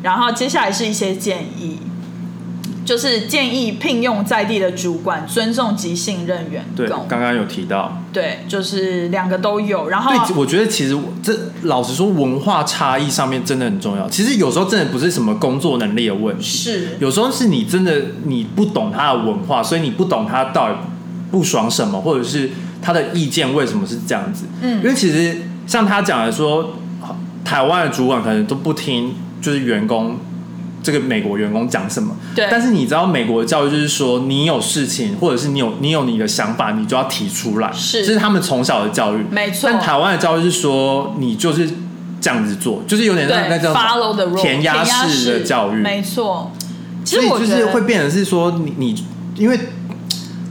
[SPEAKER 1] 然后接下来是一些建议。就是建议聘用在地的主管，尊重及信任员
[SPEAKER 2] 对，
[SPEAKER 1] 工。
[SPEAKER 2] 刚刚有提到。
[SPEAKER 1] 对，就是两个都有。然后
[SPEAKER 2] 对，我觉得其实这老实说，文化差异上面真的很重要。其实有时候真的不是什么工作能力的问题，
[SPEAKER 1] 是
[SPEAKER 2] 有时候是你真的你不懂他的文化，所以你不懂他到底不爽什么，或者是他的意见为什么是这样子。
[SPEAKER 1] 嗯
[SPEAKER 2] 因为其实像他讲的说，台湾的主管可能都不听，就是员工这个美国员工讲什么。
[SPEAKER 1] 对
[SPEAKER 2] 但是你知道美国的教育就是说，你有事情或者是你有你有你的想法，你就要提出来。
[SPEAKER 1] 是
[SPEAKER 2] 这是他们从小的教育。
[SPEAKER 1] 没错
[SPEAKER 2] 但台湾的教育是说，你就是这样子做，就是有点像那
[SPEAKER 1] 对
[SPEAKER 2] 叫什么
[SPEAKER 1] ，follow the rule，
[SPEAKER 2] 填鸭式的教育。
[SPEAKER 1] 没错。其
[SPEAKER 2] 所
[SPEAKER 1] 实
[SPEAKER 2] 以
[SPEAKER 1] 我
[SPEAKER 2] 就
[SPEAKER 1] 觉
[SPEAKER 2] 是
[SPEAKER 1] 得
[SPEAKER 2] 会变成是说你你因为。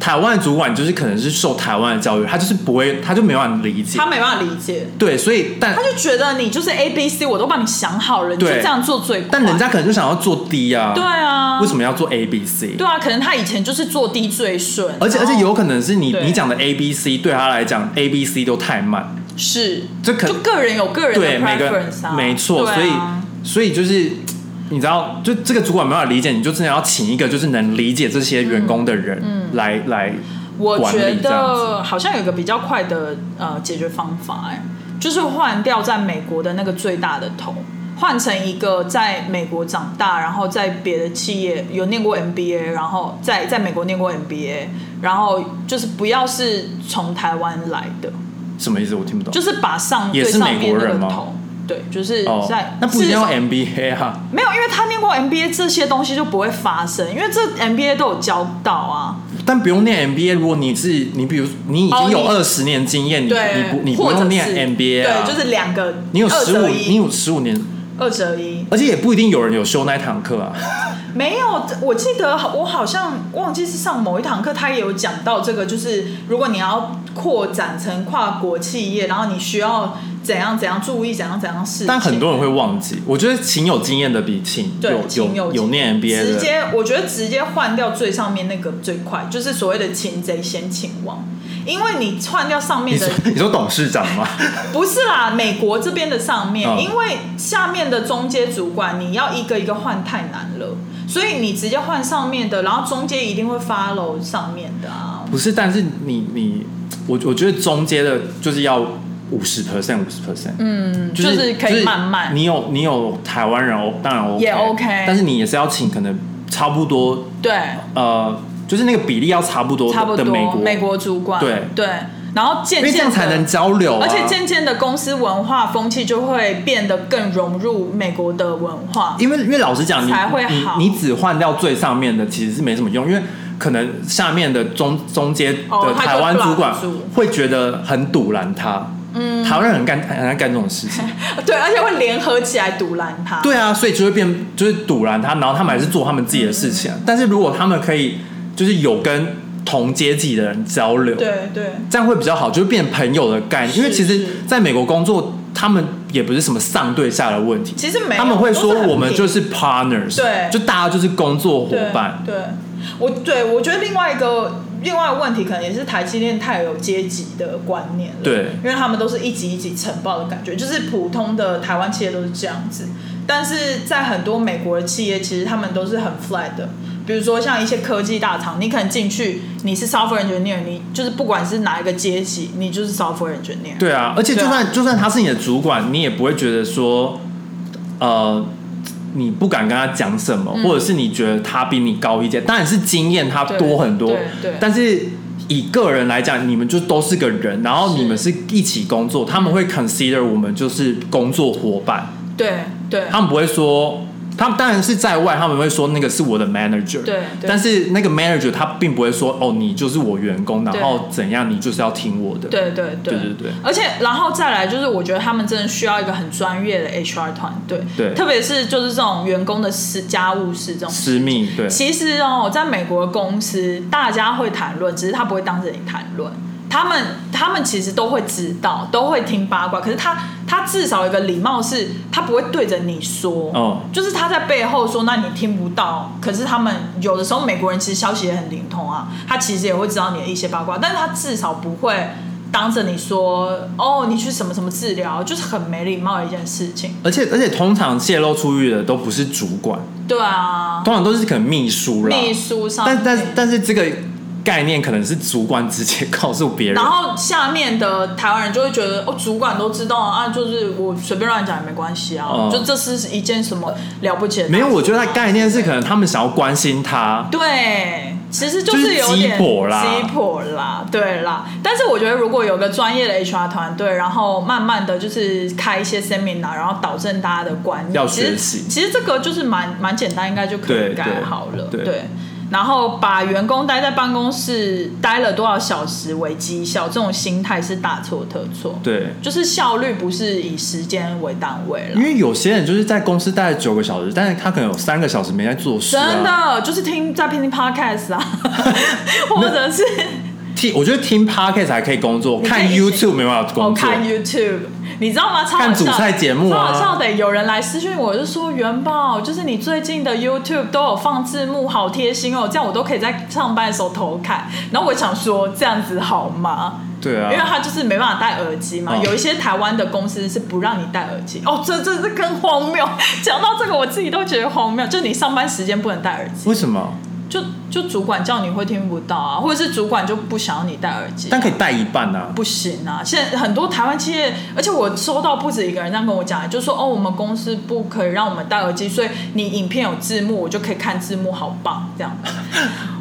[SPEAKER 2] 台湾的主管就是可能是受台湾的教育，他就是不会，他就没办法理解
[SPEAKER 1] 他。没办法理解，
[SPEAKER 2] 对，所以但
[SPEAKER 1] 他就觉得你就是 A B C，我都帮你想好了，你就
[SPEAKER 2] 对
[SPEAKER 1] 这样做最快。
[SPEAKER 2] 但人家可能就想要做 D 啊，
[SPEAKER 1] 对啊，
[SPEAKER 2] 为什么要做 A B C？
[SPEAKER 1] 对啊，可能他以前就是做低最顺，
[SPEAKER 2] 而且而
[SPEAKER 1] 然后
[SPEAKER 2] 且有可能是你
[SPEAKER 1] 对啊
[SPEAKER 2] 你讲的 A B C 对他来讲 A B C 都太慢，
[SPEAKER 1] 是
[SPEAKER 2] 这可
[SPEAKER 1] 就个人有个人
[SPEAKER 2] 对
[SPEAKER 1] 的
[SPEAKER 2] 每个
[SPEAKER 1] preference 啊，
[SPEAKER 2] 没错，
[SPEAKER 1] 对啊
[SPEAKER 2] 所以所以就是你知道，就这个主管没办法理解，你就真的要请一个就是能理解这些员工的人
[SPEAKER 1] 嗯
[SPEAKER 2] 来来
[SPEAKER 1] 我
[SPEAKER 2] 管
[SPEAKER 1] 觉
[SPEAKER 2] 理这样子。
[SPEAKER 1] 得好像有个比较快的呃解决方法、哎，就是换掉在美国的那个最大的头，换成一个在美国长大，然后在别的企业有念过 MBA，然后在在美国念过 MBA，然后就是不要是从台湾来的，
[SPEAKER 2] 什么意思？我听不懂。
[SPEAKER 1] 就是把上
[SPEAKER 2] 也
[SPEAKER 1] 最
[SPEAKER 2] 是
[SPEAKER 1] 上
[SPEAKER 2] 美
[SPEAKER 1] 面
[SPEAKER 2] 国
[SPEAKER 1] 那
[SPEAKER 2] 人
[SPEAKER 1] 个
[SPEAKER 2] 吗
[SPEAKER 1] 头，对，就是
[SPEAKER 2] 哦
[SPEAKER 1] 在、，
[SPEAKER 2] 那不一定
[SPEAKER 1] 至
[SPEAKER 2] 要
[SPEAKER 1] 少
[SPEAKER 2] M B A 啊。
[SPEAKER 1] 没有，因为他念过 MBA，这些东西就不会发生，因为这 MBA 都有教到啊。
[SPEAKER 2] 但不用念 MBA，如果你是你，比如你已经有
[SPEAKER 1] 哦
[SPEAKER 2] 二十年经验，你
[SPEAKER 1] 对，
[SPEAKER 2] 你不你不
[SPEAKER 1] 或者
[SPEAKER 2] 用
[SPEAKER 1] 是
[SPEAKER 2] 念 MBA 啊，
[SPEAKER 1] 对，就是两个，
[SPEAKER 2] 你有
[SPEAKER 1] 二
[SPEAKER 2] 十五，
[SPEAKER 1] 择一
[SPEAKER 2] 你有十五年，
[SPEAKER 1] 二折一，
[SPEAKER 2] 而且也不一定有人有修那一堂课啊。
[SPEAKER 1] 没有，我记得我好像忘记是上某一堂课，他也有讲到这个，就是如果你要扩展成跨国企业，然后你需要怎样怎样注意怎样怎样事情，
[SPEAKER 2] 但很多人会忘记，我觉得请有经验的比请
[SPEAKER 1] 对
[SPEAKER 2] 有
[SPEAKER 1] 请有
[SPEAKER 2] 有念 MBA
[SPEAKER 1] 直
[SPEAKER 2] 的，
[SPEAKER 1] 接，我觉得直接换掉最上面那个最快，就是所谓的擒贼先擒王，因为你换掉上
[SPEAKER 2] 你
[SPEAKER 1] 面的
[SPEAKER 2] 说你说董事长吗？
[SPEAKER 1] 不是啦，美国这边的上面，
[SPEAKER 2] 嗯
[SPEAKER 1] 因为下面的中阶主管你要一个一个换太难了，所以你直接换上面的，然后中阶一定会 follow 上面的啊。
[SPEAKER 2] 不是，但是你你我我觉得中间的就是要五十 percent 五十 percent，
[SPEAKER 1] 嗯，
[SPEAKER 2] 就是
[SPEAKER 1] 是可
[SPEAKER 2] 就
[SPEAKER 1] 以
[SPEAKER 2] 是
[SPEAKER 1] 慢慢。
[SPEAKER 2] 你有你有台湾人哦，当然 OK，
[SPEAKER 1] 也 OK
[SPEAKER 2] 但是你也是要请可能差不多
[SPEAKER 1] 对，
[SPEAKER 2] 呃，就是那个比例要差不多的
[SPEAKER 1] 差不多。
[SPEAKER 2] 的美国，
[SPEAKER 1] 主管
[SPEAKER 2] 对
[SPEAKER 1] 然后渐渐
[SPEAKER 2] 因为
[SPEAKER 1] 地
[SPEAKER 2] 这样才能交流、啊，
[SPEAKER 1] 而且渐渐的，公司文化风气就会变得更融入美国的文化。
[SPEAKER 2] 因为因为老实讲，你
[SPEAKER 1] 才会
[SPEAKER 2] 你
[SPEAKER 1] 好
[SPEAKER 2] 你只换掉最上面的其实是没什么用，因为可能下面的中中间的
[SPEAKER 1] 哦他就
[SPEAKER 2] 台湾主管
[SPEAKER 1] block 住
[SPEAKER 2] 会觉得很堵拦他，嗯，台湾人很干很爱干这种事情，
[SPEAKER 1] 对，而且会联合起来堵拦他。
[SPEAKER 2] 对啊，所以就会变就是堵拦他，然后他们还是做他们自己的事
[SPEAKER 1] 嗯
[SPEAKER 2] 情啊，但是如果他们可以就是有跟同阶级的人交流，
[SPEAKER 1] 对对，
[SPEAKER 2] 这样会比较好，就是变朋友的概念，因为
[SPEAKER 1] 是
[SPEAKER 2] 其实
[SPEAKER 1] 是
[SPEAKER 2] 在美国工作，他们也不是什么上对下的问题，
[SPEAKER 1] 其实没有
[SPEAKER 2] 他们会
[SPEAKER 1] 都
[SPEAKER 2] 说
[SPEAKER 1] 是很
[SPEAKER 2] 我们
[SPEAKER 1] 平
[SPEAKER 2] 就是 partners，
[SPEAKER 1] 对
[SPEAKER 2] 就大家就是工作伙伴，
[SPEAKER 1] 对，对我对我觉得另外一个另外一个问题，可能也是台积电太有阶级的观念了。
[SPEAKER 2] 对
[SPEAKER 1] 因为他们都是一级一级承包的感觉，就是普通的台湾企业都是这样子，但是在很多美国的企业，其实他们都是很 flat 的。比如说像一些科技大厂，你可能进去你是 software engineer，你就是不管是哪一个阶级，你就是 software engineer。
[SPEAKER 2] 对啊，而且就
[SPEAKER 1] 对啊
[SPEAKER 2] 算、就算他是你的主管，你也不会觉得说，呃，你不敢跟他讲什么，
[SPEAKER 1] 嗯
[SPEAKER 2] 或者是你觉得他比你高一届，当然是经验他多很多
[SPEAKER 1] 对对对，
[SPEAKER 2] 但是。以个人来讲，你们就都是个人，然后
[SPEAKER 1] 是
[SPEAKER 2] 你们是一起工作，他们会 consider 我们就是工作伙伴，
[SPEAKER 1] 对对
[SPEAKER 2] 他们不会说，他们当然是在外，他们会说那个是我的 manager，
[SPEAKER 1] 对对
[SPEAKER 2] 但是那个 manager 他并不会说哦，你就是我员工，然
[SPEAKER 1] 对
[SPEAKER 2] 后怎样，你就是要听我的，
[SPEAKER 1] 对对对
[SPEAKER 2] 对对对
[SPEAKER 1] 而且然后再来就是，我觉得他们真的需要一个很专业的 HR 团队，
[SPEAKER 2] 对
[SPEAKER 1] 特别是就是这种员工的私家务事这种。
[SPEAKER 2] 私密，对，
[SPEAKER 1] 其实哦，在美国的公司，大家会谈论，只是他不会当着你谈论。他们他们其实都会知道，都会听八卦，可是他他至少有一个礼貌是，他不会对着你说，
[SPEAKER 2] 哦
[SPEAKER 1] 就是他在背后说，那你听不到。可是他们有的时候美国人其实消息也很灵通啊，他其实也会知道你的一些八卦，但是他至少不会当着你说，哦，你去什么什么治疗，就是很没礼貌的一件事情。
[SPEAKER 2] 而且而且通常泄露出去的都不是主管，
[SPEAKER 1] 对啊，
[SPEAKER 2] 通常都是可能秘书啦，
[SPEAKER 1] 秘书上
[SPEAKER 2] 但但
[SPEAKER 1] 面
[SPEAKER 2] 但是这个概念可能是主管直接告诉别人
[SPEAKER 1] 然，后下面的台湾人就会觉得，哦，主管都知道啊，就是我随便乱讲也没关系啊，
[SPEAKER 2] 嗯
[SPEAKER 1] 就这是一件什么了不起的大事吗？啊
[SPEAKER 2] 没有，我觉得他概念是可能他们想要关心他，
[SPEAKER 1] 对其实就
[SPEAKER 2] 就是
[SPEAKER 1] 是有点
[SPEAKER 2] 鸡婆啦
[SPEAKER 1] 鸡婆啦，对啦。但是我觉得，如果有个专业的 HR 团队，然后慢慢的就是开一些 seminar，然后导正大家的观念，
[SPEAKER 2] 要
[SPEAKER 1] 其实
[SPEAKER 2] 学习
[SPEAKER 1] 其实这个就是蛮蛮简单，应该就可
[SPEAKER 2] 对
[SPEAKER 1] 以改
[SPEAKER 2] 对
[SPEAKER 1] 好了。
[SPEAKER 2] 对
[SPEAKER 1] 然后把员工待在办公室待了多少小时为绩效，这种心态是大错特错。
[SPEAKER 2] 对，
[SPEAKER 1] 就是效率不是以时间为单位
[SPEAKER 2] 因
[SPEAKER 1] 了。
[SPEAKER 2] 为有些人就是在公司待了九个小时，但是他可能有三个小时没在做事、啊。
[SPEAKER 1] 真的就是听在听 podcast 啊，或者是
[SPEAKER 2] 听，我觉得听 podcast 还可以工作，
[SPEAKER 1] 你可以
[SPEAKER 2] 看
[SPEAKER 1] 一起
[SPEAKER 2] YouTube 没办法
[SPEAKER 1] 我
[SPEAKER 2] 工作。
[SPEAKER 1] 哦看 YouTube，你知道吗？超好
[SPEAKER 2] 看
[SPEAKER 1] 笑
[SPEAKER 2] 主菜节目
[SPEAKER 1] 超
[SPEAKER 2] 啊
[SPEAKER 1] 好笑的。有人来私讯我，就说元宝，就是你最近的 YouTube 都有放字幕，好贴心哦，这样我都可以在上班的时候偷看。然后我想说，这样子好吗？
[SPEAKER 2] 对
[SPEAKER 1] 因为
[SPEAKER 2] 啊，
[SPEAKER 1] 他就是没办法戴耳机嘛，
[SPEAKER 2] 嗯
[SPEAKER 1] 有一些台湾的公司是不让你戴耳机。哦，这这这更荒谬！讲到这个，我自己都觉得荒谬。就你上班时间不能戴耳机，
[SPEAKER 2] 为什么？
[SPEAKER 1] 就就主管叫你会听不到啊，或者是主管就不想要你戴耳机啊、
[SPEAKER 2] 但可以带一半啊。
[SPEAKER 1] 不行啊！现在很多台湾企业，而且我收到不止一个人这样跟我讲，就说哦，我们公司不可以让我们戴耳机，所以你影片有字幕，我就可以看字幕，好棒！ 这样，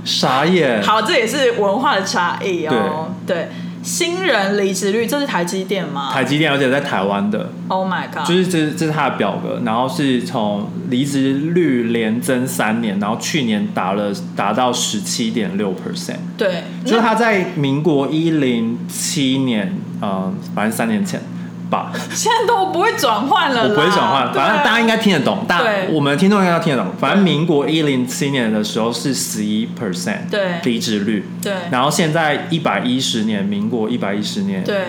[SPEAKER 2] 傻眼。
[SPEAKER 1] 好，这也是文化的差异哦。对，新人离职率，这是台积电吗
[SPEAKER 2] 台积电，而且在台湾的，
[SPEAKER 1] 哦？Oh my god！
[SPEAKER 2] 就是这这是他的表格，然后是从离职率连增三年，然后去年达了达到十七点六 percent，
[SPEAKER 1] 对，
[SPEAKER 2] 就是他在民国一零七年，嗯，反正三年前吧，
[SPEAKER 1] 现在都不会转换了
[SPEAKER 2] 我
[SPEAKER 1] 啦，
[SPEAKER 2] 不会转换，
[SPEAKER 1] 对啊
[SPEAKER 2] 反正大家应该听得懂，大
[SPEAKER 1] 对
[SPEAKER 2] 我们的听众应该听得懂，反正民国一零七年的时候是十一 percent
[SPEAKER 1] 对
[SPEAKER 2] 离职率，
[SPEAKER 1] 对
[SPEAKER 2] 然后现在一百一十年，民国一百一十年，
[SPEAKER 1] 对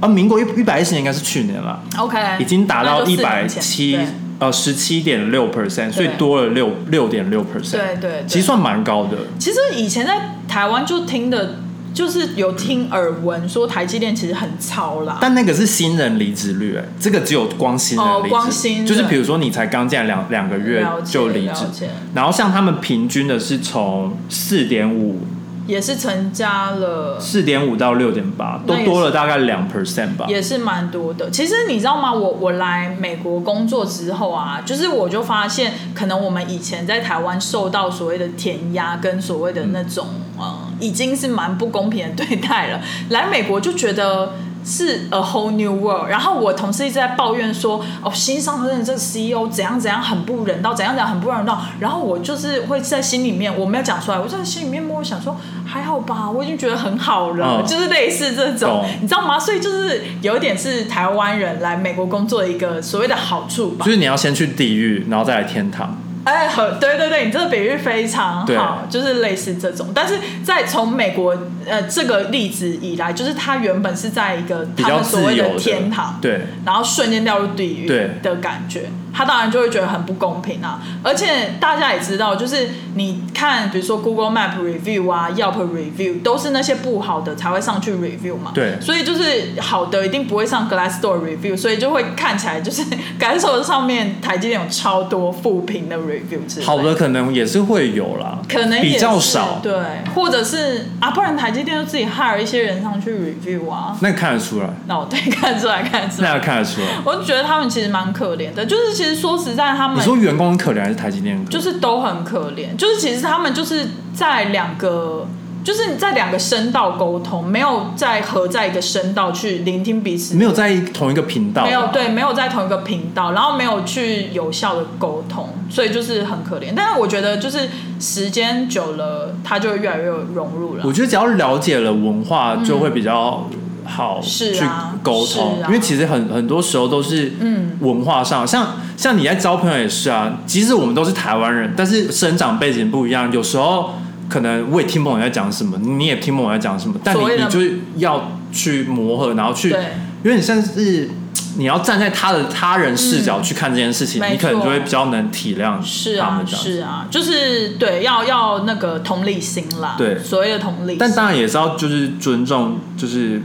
[SPEAKER 2] 啊，民国一一百一十年应该是去年了。
[SPEAKER 1] ，OK，
[SPEAKER 2] 已经达到
[SPEAKER 1] 那就
[SPEAKER 2] 一
[SPEAKER 1] 四
[SPEAKER 2] 百
[SPEAKER 1] 年前
[SPEAKER 2] 七
[SPEAKER 1] 对
[SPEAKER 2] 呃十七点六 percent，所以多了六六点六 percent，
[SPEAKER 1] 对对对
[SPEAKER 2] 其实算蛮高的。
[SPEAKER 1] 其实以前在台湾就听的，就是有听耳闻说台积电其实很超啦。
[SPEAKER 2] 但那个是新人离职率、哎，这个只有光新人
[SPEAKER 1] 哦
[SPEAKER 2] 离职，
[SPEAKER 1] 光新人
[SPEAKER 2] 就是比如说你才刚进来两两个月
[SPEAKER 1] 了解
[SPEAKER 2] 就离职
[SPEAKER 1] 了解，
[SPEAKER 2] 然后像他们平均的是从四点五
[SPEAKER 1] 也是成家了，
[SPEAKER 2] 四点五到六点八，都
[SPEAKER 1] 那也是
[SPEAKER 2] 多了大概两 percent 吧。
[SPEAKER 1] 也是蛮多的。其实你知道吗？我我来美国工作之后啊，就是我就发现，可能我们以前在台湾受到所谓的填压跟所谓的那种呃，已经是蛮不公平的对待了。 来美国就觉得。是 a whole new world。然后我同事一直在抱怨说，哦，新上任的这个 CEO 怎样怎样很不人道，怎样怎样很不人道。然后我就是会在心里面，我没有讲出来，我就在心里面默默想说，还好吧，我已经觉得很好了，
[SPEAKER 2] 嗯
[SPEAKER 1] 就是类似这种
[SPEAKER 2] 懂，
[SPEAKER 1] 你知道吗？所以就是有一点是台湾人来美国工作的一个所谓的好处吧
[SPEAKER 2] 就。是你要先去地狱，然后再来天堂。
[SPEAKER 1] 哎，好，对对对，你这个比喻非常
[SPEAKER 2] 对
[SPEAKER 1] 好，就是类似这种。但是在从美国呃这个例子以来，就是他原本是在一个
[SPEAKER 2] 比
[SPEAKER 1] 他
[SPEAKER 2] 较
[SPEAKER 1] 们所
[SPEAKER 2] 自
[SPEAKER 1] 谓
[SPEAKER 2] 由的
[SPEAKER 1] 天堂，
[SPEAKER 2] 对，
[SPEAKER 1] 然后瞬间掉入地狱
[SPEAKER 2] 对
[SPEAKER 1] 的感觉，他当然就会觉得很不公平啊。而且大家也知道，就是你看，比如说 Google Map review 啊、Yelp review，都是那些不好的才会上去 review 嘛。
[SPEAKER 2] 对
[SPEAKER 1] 所以就是好的一定不会上 Glassdoor review，所以就会看起来就是 Glassdoor 上面台积电有超多负评的 review 之类
[SPEAKER 2] 好。的可能也是会有啦，
[SPEAKER 1] 可能也
[SPEAKER 2] 比较
[SPEAKER 1] 是
[SPEAKER 2] 少，
[SPEAKER 1] 对，或者是啊，不然台积电就自己 hire 一些人上去 review 啊，
[SPEAKER 2] 那看得出来，
[SPEAKER 1] 那我对 看出来看出来，
[SPEAKER 2] 那看得出来。
[SPEAKER 1] 我就觉得他们其实蛮可怜的，就是其实说实在，他
[SPEAKER 2] 你
[SPEAKER 1] 们
[SPEAKER 2] 说员工很可怜还是台积电很可怜？
[SPEAKER 1] 就是都很可怜，就是其实他们就是在两个。就是在两个声道沟通，没有在合在一个声道去聆听彼此，
[SPEAKER 2] 没有在同一个频道，
[SPEAKER 1] 没有，对，没有在同一个频道，然后没有去有效的沟通，所以就是很可怜。但是我觉得就是时间久了，他就会越来越融入了
[SPEAKER 2] 我。觉得只要了解了文化，就会比较好
[SPEAKER 1] 嗯是
[SPEAKER 2] 去
[SPEAKER 1] 啊
[SPEAKER 2] 沟通，
[SPEAKER 1] 是啊
[SPEAKER 2] 因为其实很很多时候都是
[SPEAKER 1] 嗯
[SPEAKER 2] 文化上，像像你在交朋友也是啊，即使我们都是台湾人，但是生长背景不一样，有时候可能我也听不懂你在讲什么，你也听不懂我在讲什么，但你
[SPEAKER 1] 所谓的
[SPEAKER 2] 你就是要去磨合，然后去，
[SPEAKER 1] 对
[SPEAKER 2] 有点像是。你要站在他的他人视角去看这件事情，
[SPEAKER 1] 嗯没
[SPEAKER 2] 你可能
[SPEAKER 1] 错
[SPEAKER 2] 就会比较能体谅
[SPEAKER 1] 是
[SPEAKER 2] 他
[SPEAKER 1] 啊
[SPEAKER 2] 们，这样子
[SPEAKER 1] 是啊，就是对，要要那个同理心啦，
[SPEAKER 2] 对
[SPEAKER 1] 所谓的同理心。
[SPEAKER 2] 但当然也是要就是尊重，就是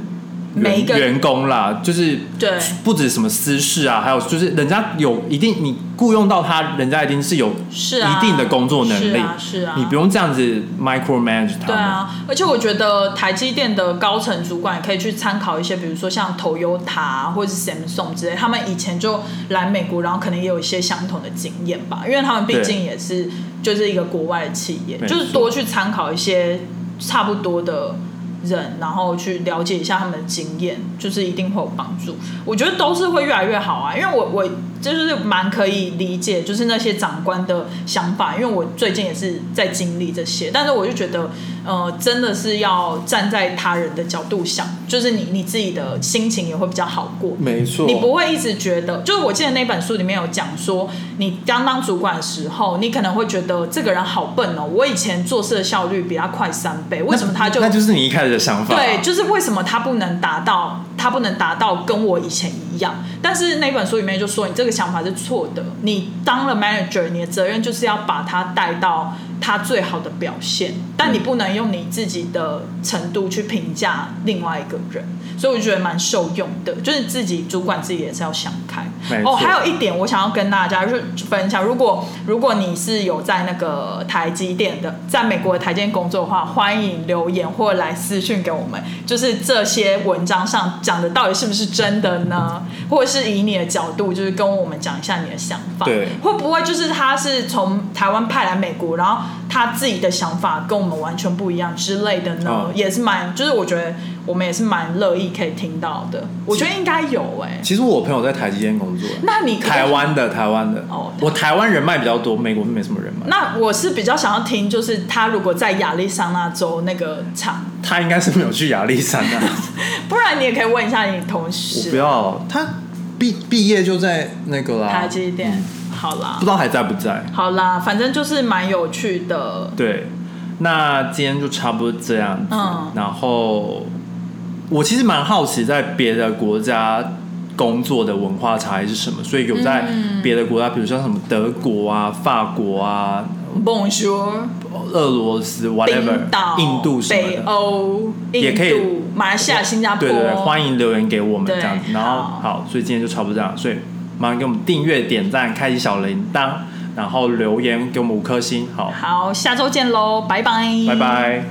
[SPEAKER 1] 每一个
[SPEAKER 2] 员工啦，就是
[SPEAKER 1] 对
[SPEAKER 2] 不止什么私事啊，还有就是人家有一定你雇佣到他，人家一定是有
[SPEAKER 1] 是啊
[SPEAKER 2] 一定的工作能力，
[SPEAKER 1] 是啊是啊
[SPEAKER 2] 你不用这样子 micro manage 他们。
[SPEAKER 1] 对啊，而且我觉得台积电的高层主管可以去参考一些，比如说像 Toyota 啊或者是 Samsung 之类，他们以前就来美国，然后可能也有一些相同的经验吧，因为他们毕
[SPEAKER 2] 对
[SPEAKER 1] 竟也是就是一个国外的企业，
[SPEAKER 2] 没
[SPEAKER 1] 就是
[SPEAKER 2] 错
[SPEAKER 1] 多去参考一些差不多的。人，然后去了解一下他们的经验，就是一定会有帮助。我觉得都是会越来越好啊，因为我我就是蛮可以理解，就是那些长官的想法，因为我最近也是在经历这些，但是我就觉得，呃，真的是要站在他人的角度想，就是你你自己的心情也会比较好过。
[SPEAKER 2] 没错
[SPEAKER 1] 你不会一直觉得，就是我记得那本书里面有讲说，你刚当主管的时候，你可能会觉得这个人好笨哦，我以前做事的效率比他快三倍，为什么他就
[SPEAKER 2] 那就是你一开始的想法、
[SPEAKER 1] 对，就是为什么他不能达到，他不能达到跟我以前一样。但是那本书里面就说，你这个想法是错的。你当了 manager，你的责任就是要把他带到他最好的表现，但你不能用你自己的程度去评价另外一个人。所以我觉得蛮受用的，就是自己主管自己也是要想开。
[SPEAKER 2] 没
[SPEAKER 1] 哦，
[SPEAKER 2] 错
[SPEAKER 1] 还有一点我想要跟大家就是分享，如果如果你是有在那个台积电的，在美国的台积电工作的话，欢迎留言或来私讯给我们，就是这些文章上讲的到底是不是真的呢？
[SPEAKER 2] 嗯
[SPEAKER 1] 或者是以你的角度，就是跟我们讲一下你的想法，
[SPEAKER 2] 对
[SPEAKER 1] 会不会就是他是从台湾派来美国，然后他自己的想法跟我们完全不一样之类的呢？
[SPEAKER 2] 嗯
[SPEAKER 1] 也是蛮，就是我觉得我们也是蛮乐意可以听到的，我觉得应该有哎、
[SPEAKER 2] 其实我朋友在台积电工作，
[SPEAKER 1] 那你可不可以
[SPEAKER 2] 台湾的台湾的，
[SPEAKER 1] 哦
[SPEAKER 2] 我台湾人脉比较多，美国是没什么人脉。
[SPEAKER 1] 那我是比较想要听，就是他如果在亚利桑那州那个厂，
[SPEAKER 2] 他应该是没有去亚历山 大，
[SPEAKER 1] 不然你也可以问一下你同
[SPEAKER 2] 我
[SPEAKER 1] 事。
[SPEAKER 2] 不要他毕毕业就在那个啦，
[SPEAKER 1] 台积电，
[SPEAKER 2] 嗯
[SPEAKER 1] 好啦
[SPEAKER 2] 不知，道还在不在。
[SPEAKER 1] 好啦，反正就是蛮有趣的。
[SPEAKER 2] 对，那今天就差不多这样子。
[SPEAKER 1] 嗯
[SPEAKER 2] 然后我其实蛮好奇，在别的国家工作的文化差异是什么，所以有在
[SPEAKER 1] 嗯
[SPEAKER 2] 别的国家，比如说什么德国啊、法国啊、
[SPEAKER 1] Bonjour，
[SPEAKER 2] 俄罗斯
[SPEAKER 1] 冰
[SPEAKER 2] whatever
[SPEAKER 1] 岛、、
[SPEAKER 2] 印度什么
[SPEAKER 1] 北
[SPEAKER 2] 的。
[SPEAKER 1] 欧、
[SPEAKER 2] 也
[SPEAKER 1] 印
[SPEAKER 2] 可以
[SPEAKER 1] 度、马来西亚、新加坡，
[SPEAKER 2] 对对对，欢
[SPEAKER 1] 迎
[SPEAKER 2] 迎留言给我们
[SPEAKER 1] 对
[SPEAKER 2] 这样子。然后
[SPEAKER 1] 好
[SPEAKER 2] 好，所以今天就差不多这样，所以麻烦给我们订阅、点赞、开启小铃铛，然后留言给我们五颗星。好，
[SPEAKER 1] 好，下周见喽，拜拜，
[SPEAKER 2] 拜拜。